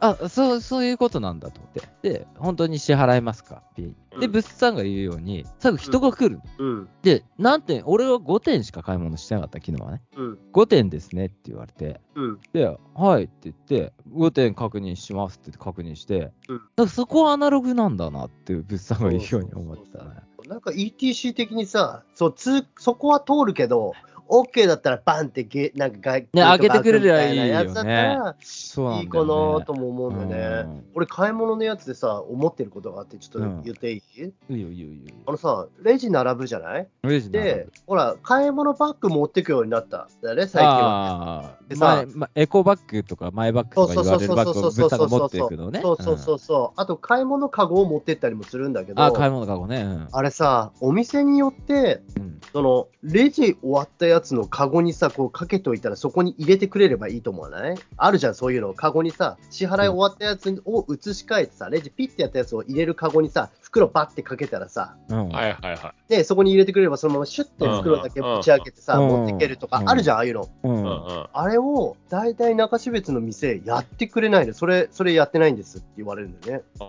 A: あそうそういうことなんだと思って。で、本当に支払いますかピンで、
B: うん
A: 物産が言うように、最後人が来るの
C: うん。
A: で、何点、俺は5点しか買い物してなかった、昨日はね。
C: うん。
A: 5点ですねって言われて、
C: うん。
A: で、はいって言って、5点確認しますって確認して、
C: うん
A: なんかそこはアナログなんだなって、物産が言うように思ってたね。
C: なんか ETC 的にさ、そう通そこは通るけど、OK だったらバンってゲなんか外
A: ね開けてくれりゃいいよね
C: やつだったら
A: そうなんだよ、
C: い
A: ね。
C: いかなとも思うんだよね。俺、買い物のやつでさ、思ってることがあって、ちょっと言っていい、
A: うん。いいよいいよいいよ。
C: あのさ、レジ並ぶじゃない
A: 嬉しいな。
C: で、ほら、買い物バッグ持ってくようになった。だよね、最近は。
A: あ
C: で
A: ー
C: さ
A: 前まエコバッグとかマイバッグ
C: そ
A: とか
C: うそう
A: 言
C: そ
A: わ
C: う
A: れる
C: そう
A: バッグ
C: そ
A: を
C: うそう
A: 物産
C: そ
A: が
C: う
A: 持
C: そ
A: っ
C: う
A: ていくのね。
C: そうそうそううそうあと買い物カゴを持ってったりもするんだけ
A: ん
C: ど
A: あー、買い物かごね。うん
C: あれさお店によって
A: うん。
C: そのレジ終わったやつのカゴにさこうかけといたらそこに入れてくれればいいと思わないあるじゃんそういうのカゴにさ支払い終わったやつを移し替えてさレジピッてやったやつを入れるカゴにさ袋バッてかけたらさ
A: うん。
B: はいはいはい。
C: でそこに入れてくれればそのままシュッて袋だけぶち上げてさ
A: うん
C: 持ってけるとか
A: うん
C: あるじゃんああいうの
A: う。
B: うんうんん
C: あれを大体中標津の店やってくれないでそれそれやってないんですって言われるんだよね
B: あ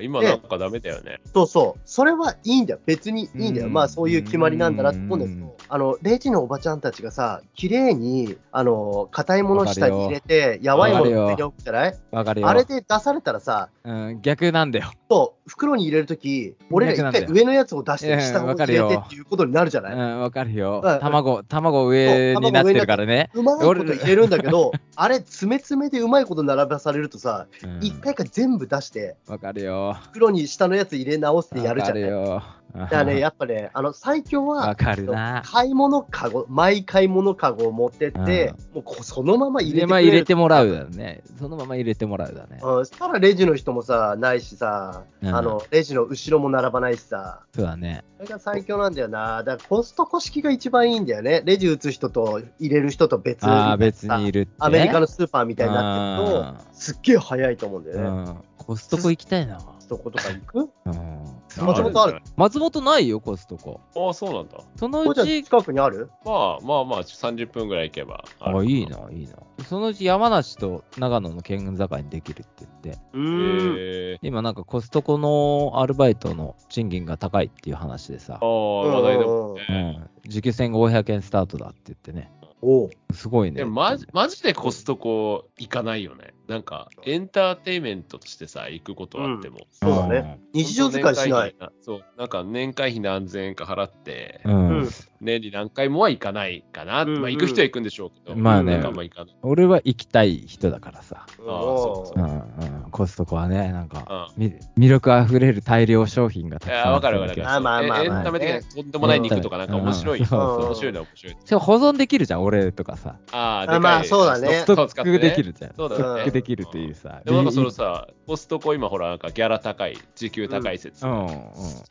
B: ー今なんかダメだよね。
C: そうそう、それはいいんだよ、別にいいんだよ、
A: うん
C: まあそういう決まりなんだなと思うんだけ
A: うん
C: ど、あのレジのおばちゃんたちがさ、綺麗にあの硬いもの下に入れて、やばいもの上に置くじゃない
A: わかるよ。
C: あれで出されたらさ、
A: うん、逆なんだよ。
C: そう袋に入れるとき、俺ら一
A: 逆なんだ
C: 回
A: よ
C: 上のやつを出し
A: うん
C: て、下を
A: わ
C: 入
A: かる
C: れ
A: よ
C: てっていうことになるじゃ
A: う
C: ない、
A: ん、わかるよ
C: うん。
A: 卵、卵上になってるからね。
C: うまいこと入れるんだけど、 あれ、詰め詰めでうまいこと並ばされるとさ、
A: うん
C: 一回か全部出して、
A: わかるよ。
C: 袋に下のやつ入れ直してやるじゃない。だ
A: わかるよ。
C: からね、やっぱね、あの最強は
A: わかるな。
C: 買い物かご、毎買い物かごを持ってって、もうこそのまま入
A: 入れ
C: れてく
A: ま
C: れ
A: あ
C: る
A: 入れてもらうだね。そのまま入れてもらうだね。
C: うん、したらレジの人もさ、ないしさ、
A: うん
C: あのレジの後ろも並ばないしさ、
A: そうだね。
C: それが最強なんだよな、だからコストコ式が一番いいんだよね、レジ打つ人と入れる人と別
A: ああ、別にい
C: る
A: るって。
C: アメリカ
A: の
C: のスーパーみたいになってると、すっげえ早いと思うんだよね。
A: うん。コストコ行きたいな。
C: コストコとか行く
A: うん。
C: 松本ある
A: 松本ないよ、コストコ。
B: ああ、そうなんだ。
A: その
C: こう
A: う
C: ちゃん
A: ち、
C: 近くにある
B: まあまあまあ、30分ぐらい行けばるか。
A: あ、いいな、いいな。そのうち山梨と長野の県境にできるって言って、
C: う
B: へ
C: ん。
B: ー。
A: 今なんかコストコのアルバイトの賃金が高いっていう話でさ
B: あ、あ、話題だもん
C: うん
A: う
B: ね。
A: ん、時給1500円スタートだって言ってね、
C: おう
A: すごいね。
B: でもマジマジでコストコ行かないよね。なんか、エンターテインメントとしてさ、行くことあっても。
C: そうだね。日常使いしない。
B: 本当年会費な。そう、なんか年会費何千円か払って、
A: うん
C: う
A: うん
C: ん。
B: 年に何回もは行かないかな。
C: うん
B: まあ、行く人は行くんでしょうけど、
A: まあね
B: なんかあんま行かない。
A: 俺は行きたい人だからさ、
B: そうそう
A: うんうん、コストコはねなんか、
B: うん
A: み魅力あふれる大量商品がた
B: い
A: くさん
B: や、わかる
A: あ
B: わ
A: っ
B: か
A: て
B: る。
A: だ
B: わ
A: けど
B: かる
C: あまあまあまあ
B: えエンタメ的なとんでもない肉とかなんか面白い。
A: うん
B: そう
C: うん
B: 面白いのは面白い。
A: しかも保存できるじゃん俺とかさ
B: ああ、
C: あまあそうだね
A: ストッ
B: 使
A: クでき。るじゃん、
B: そうだ
A: スト
B: ね
A: ックできるっていうさ、
B: でもなんかそのさ、コストコ今ほら、なんかギャラ高い、時給高い説、
A: うんうん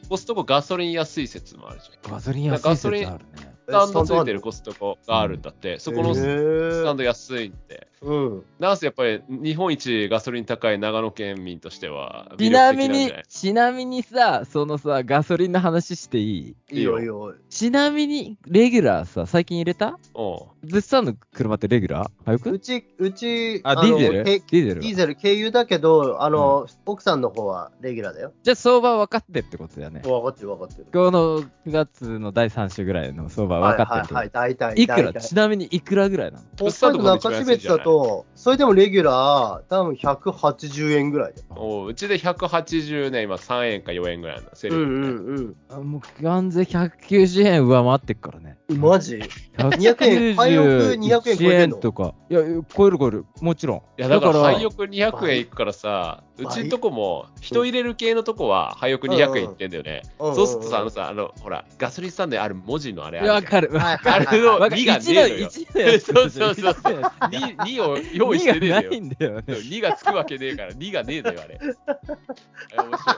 B: コストコガソリン安い説もあるじゃん。
A: ガソリン安い説あるね
B: スタンドついてるコストコがあるんだって、そこの
C: へ
B: ス
C: ー
B: タンド安いんで。
C: うん。
B: なんせやっぱり日本一ガソリン高い長野県民としては
A: ち
B: 魅
A: なみ
B: 力
A: に
B: 的なんじゃない、
A: ちなみにさ、そのさ、ガソリンの話していい
C: いいよいいよ。
A: ちなみに、レギュラーさ、最近入れた
B: おう
A: 絶賛の車ってレギュラー早
C: う
A: く
C: ち、うち、
A: あ、
C: の
A: ディーゼルデ
C: け
A: ィーゼ
C: デ
A: ル
C: ィー
A: は
C: ゼル経由だけど、あの、奥さんの方はレギュラーだよ。
A: じゃあ相場分かってるってことだよね。
C: 分かってる分かってる。
A: この9月の第3週ぐらいの相場分かってるってこと
C: はいはいはい、大体。
A: いくら
C: 大体
A: ちなみにいくらぐらいなの
B: 北
C: 北
B: 海道
C: 海道
B: が一
C: 中
B: 番安いんじゃない
C: 標津だと、それでもレギュラー、多分180円ぐらいだよ。
B: おううちで180ね、今3円か4円ぐらいなんだ、セ
C: う
B: リ
C: ん
B: フ、ね
C: うん
A: あもう完全190円上回ってっからね。
C: うん。マジ200円廃屋200円超えてんの
A: 191とか。いや、超える超える。もちろん。
B: いやだから、
A: だ
B: 廃屋200円いくからさ、う
C: 倍
B: ちんとこも、人入れる系のとこは、廃屋200円いってんだよね。
C: うんうん
B: そうするとさ、あのさ、あの、ほら、ガソリンスタンドにある文字のあれ
A: い
B: ある
A: や
B: じゃ
A: わか
B: ん
A: る。
C: はい
B: あ
C: はいは
B: れ
C: い
B: の
C: はい。
A: わかる
B: 2がねえのよ。
A: 1のやつ
B: そうそうそう
A: 一のやつ
B: 2, 2を用意してねえの
A: 二 がな
B: よ
A: い。んだよね。
B: 2がつくわけねえから、2がねえのよ、あれ。あれ面白い。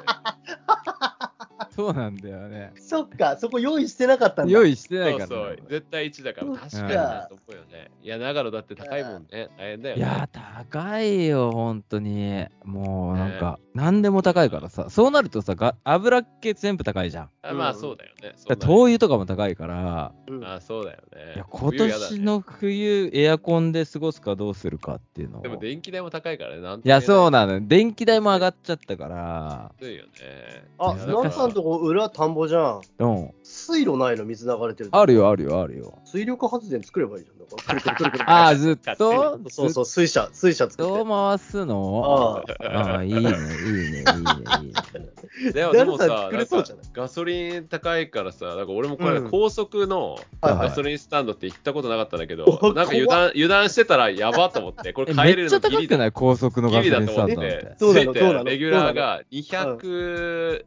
A: そうなんだよね。
C: そっか、そこ用意してなかったんだ。
A: 用意してない
B: そ
A: から
B: うそう
A: ね。、
B: 絶対1だから、
C: うん
B: 確かになと思うよね。いや、長野だって高いもんね、大変だよ
A: い
B: ね。
A: やー、高いよ、本当に。もうなんか、何でも高いからさ。そうなるとさ、が油っ気全部高いじゃん。
B: あまあ、そうだよね。
A: だから
B: そう
A: 灯油とかも高いから、
B: だよねあそうだよね。
A: いや今
B: 冬やだね
A: 年の冬、エアコンで過ごすかどうするかっていうのを。
B: でも電気代も高いからね、なん
A: いや、そう
B: な。
A: なのよ。電気代も上がっちゃったから。
B: 安いよね。
C: あ、
B: いや
C: ナンさんとこ裏田んぼじゃん。
A: うん。
C: 水路ないの水流れてる。
A: あるよ、あるよ、あるよ。
C: 水力発電作ればいいじゃん。だからくるくるくるくる
A: ああ、ずっと
C: そう
A: ず
C: そ
A: っ
C: う、水車、水車作
A: と
C: って。
A: 回すの
C: ああ。
A: ああ、いいね、いいね、いいね、いいね。
B: でも
C: ダ
B: で
C: ル
B: も
C: さん
B: さ、
C: 作
B: な
C: れ
B: ん
C: そう
B: か
C: じゃない
B: ガソリン高いからさ、なんか俺もこれ
C: うん
B: 高速の
C: はいはい
B: ガソリンスタンドって行ったことなかったんだけ ど、
C: お
B: なんか油断油断してたらやばと思って、これ
A: え
B: 帰れ
A: めっ
B: る
A: ち
B: の
A: ゃ
B: ギ
A: 高
B: リ
A: く
B: だ
A: ない高速の
B: ギ
A: ガソ
B: リ
A: リ
B: だ
A: ン
B: と
A: スタ
B: 思っ
A: ンドなん
B: て
A: て。、
C: そう
B: つ
C: ないの
B: て
C: そうなの
B: レギュラーが210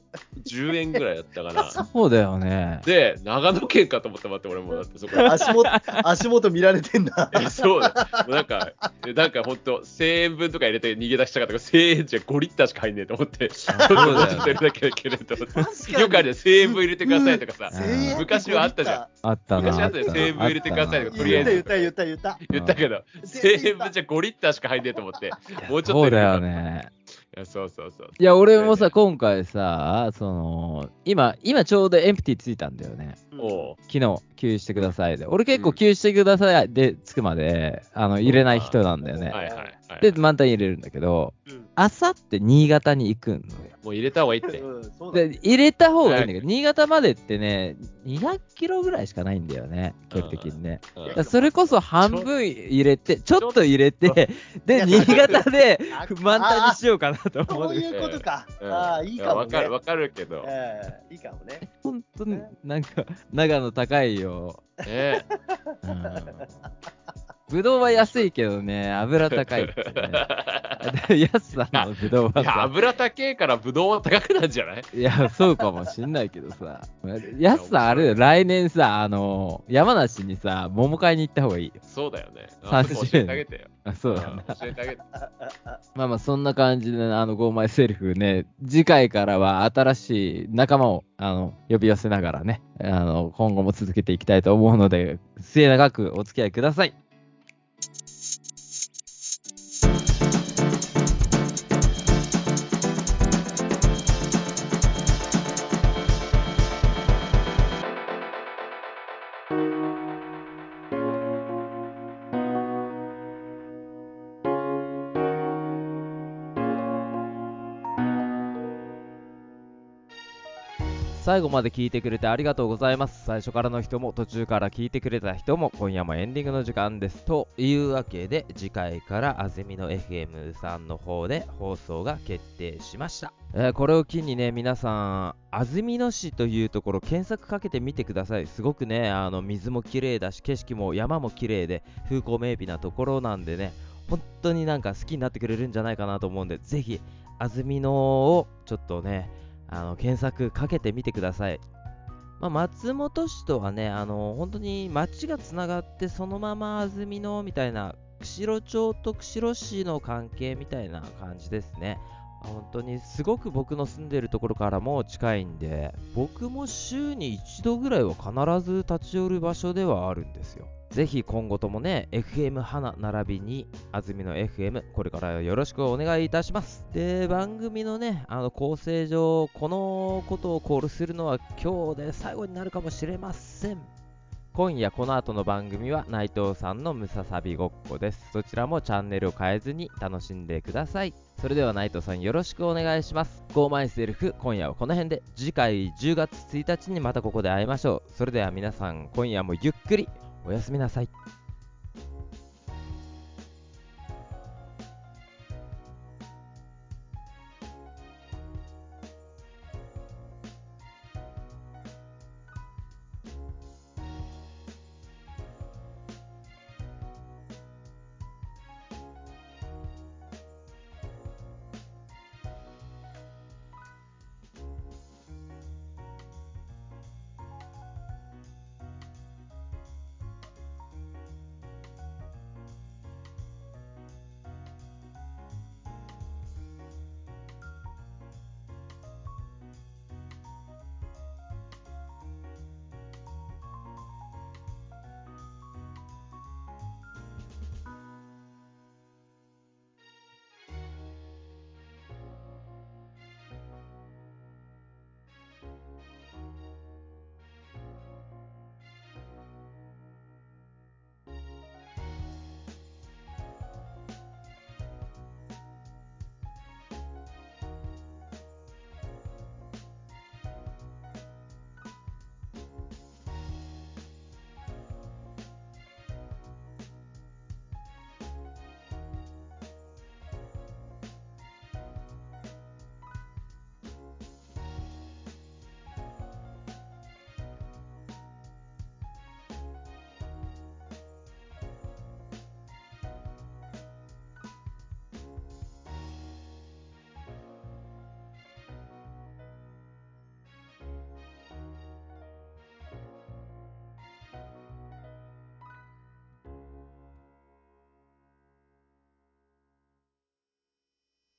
B: 円ぐらいだったかな。
A: そうだよね。
B: で、長野県かと思って待って、俺もだってそ こ
C: 足元、足元見られてんだ。
B: えそうだ。もうなんか、えなんか本当1000円分とか入れて逃げ出したかったから、1000円じゃ5リッターしか入んねえと思って、ちょっともうちょっと入れなきゃいけないと思って。よくあるよ、1000円分入れてくださいとかさ、
A: うん千円
B: 昔はあったじゃん。
A: あったな。
B: 昔あったよセーブ入れてくださいと
A: あっ
B: か
A: たな
B: とりあ
C: 言
B: え
C: っ
B: ず
C: た言った言った言った。
B: 言ったけど、1000円分じゃ5リッターしか入んねえと思って、もうちょっと
A: そう
B: 入れ
A: だ
B: なきゃ
A: よ。ね。
B: いやそうそうそう。
A: いや、俺もさ、今回さ、その、今、今ちょうどエンプティついたんだよね。
B: おう
A: 昨日、給油してくださいで。俺結構給油してくださいで、つくまで、あの、入れない人なんだよね。
B: はいはいはい。
A: で、満タン入れるんだけど
C: うん、
A: あさって新潟に行くのよ。
B: もう入れた方がいいって。
C: うん、そうだね。
A: で、入れた方がいいんだけど、新潟までってね、200キロぐらいしかないんだよね、距離的にね。
B: うん
A: だからそれこそ半分入れて、ちょっと入れ
C: ちょ
A: て、で、新潟で
C: あ
A: 満タンにしようかなと思
C: そうう。いうことか。
B: うん
C: ああ、いいかも
B: わか
C: ね
B: る、。わかるけど。ね
C: ええいいかもね。
A: 本当になんか、長野高いよ。
B: え
A: うんぶどうは安いけどね、油高いってね。 安さんのぶどうは
B: いや、
A: さ。
B: 油高えからぶどうは高くなんじゃない
A: いや、そうかもしんないけどさ。やすさん、あれだよ、来年さ、あの、山梨にさ、桃買いに行った方がいいよ。
B: そうだよね。
A: 30
B: そこ教えてあげてよ。
A: あそうだな。
B: うん教えてあげて。
A: まあまあそんな感じで、あの、ゴーマイセルフね、次回からは新しい仲間を、あの、呼び寄せながらね、あの、今後も続けていきたいと思うので、末永くお付き合いください。最後まで聞いてくれてありがとうございます。最初からの人も途中から聞いてくれた人も今夜もエンディングの時間です。というわけで次回からあぜみの FM さんの方で放送が決定しました。えーこれを機にね皆さん安曇野市というところ検索かけてみてくださいすごくねあの水も綺麗だし景色も山も綺麗で風光明媚なところなんでね本当になんか好きになってくれるんじゃないかなと思うんでぜひ安曇野をちょっとねあの検索かけてみてください、まあ、松本市とはねあの本当に町がつながってそのまま安曇野みたいな釧路町と釧路市の関係みたいな感じですね本当にすごく僕の住んでるところからも近いんで僕も週に一度ぐらいは必ず立ち寄る場所ではあるんですよぜひ今後ともね FM 花並びに安住の FM これからよろしくお願いいたしますで番組のねあの構成上このことをコールするのは今日で最後になるかもしれません今夜この後の番組は内藤さんのムササビごっこですそちらもチャンネルを変えずに楽しんでくださいそれでは内藤さんよろしくお願いしますゴーマイセルフ今夜はこの辺で次回10月1日にまたここで会いましょうそれでは皆さん今夜もゆっくりおやすみなさい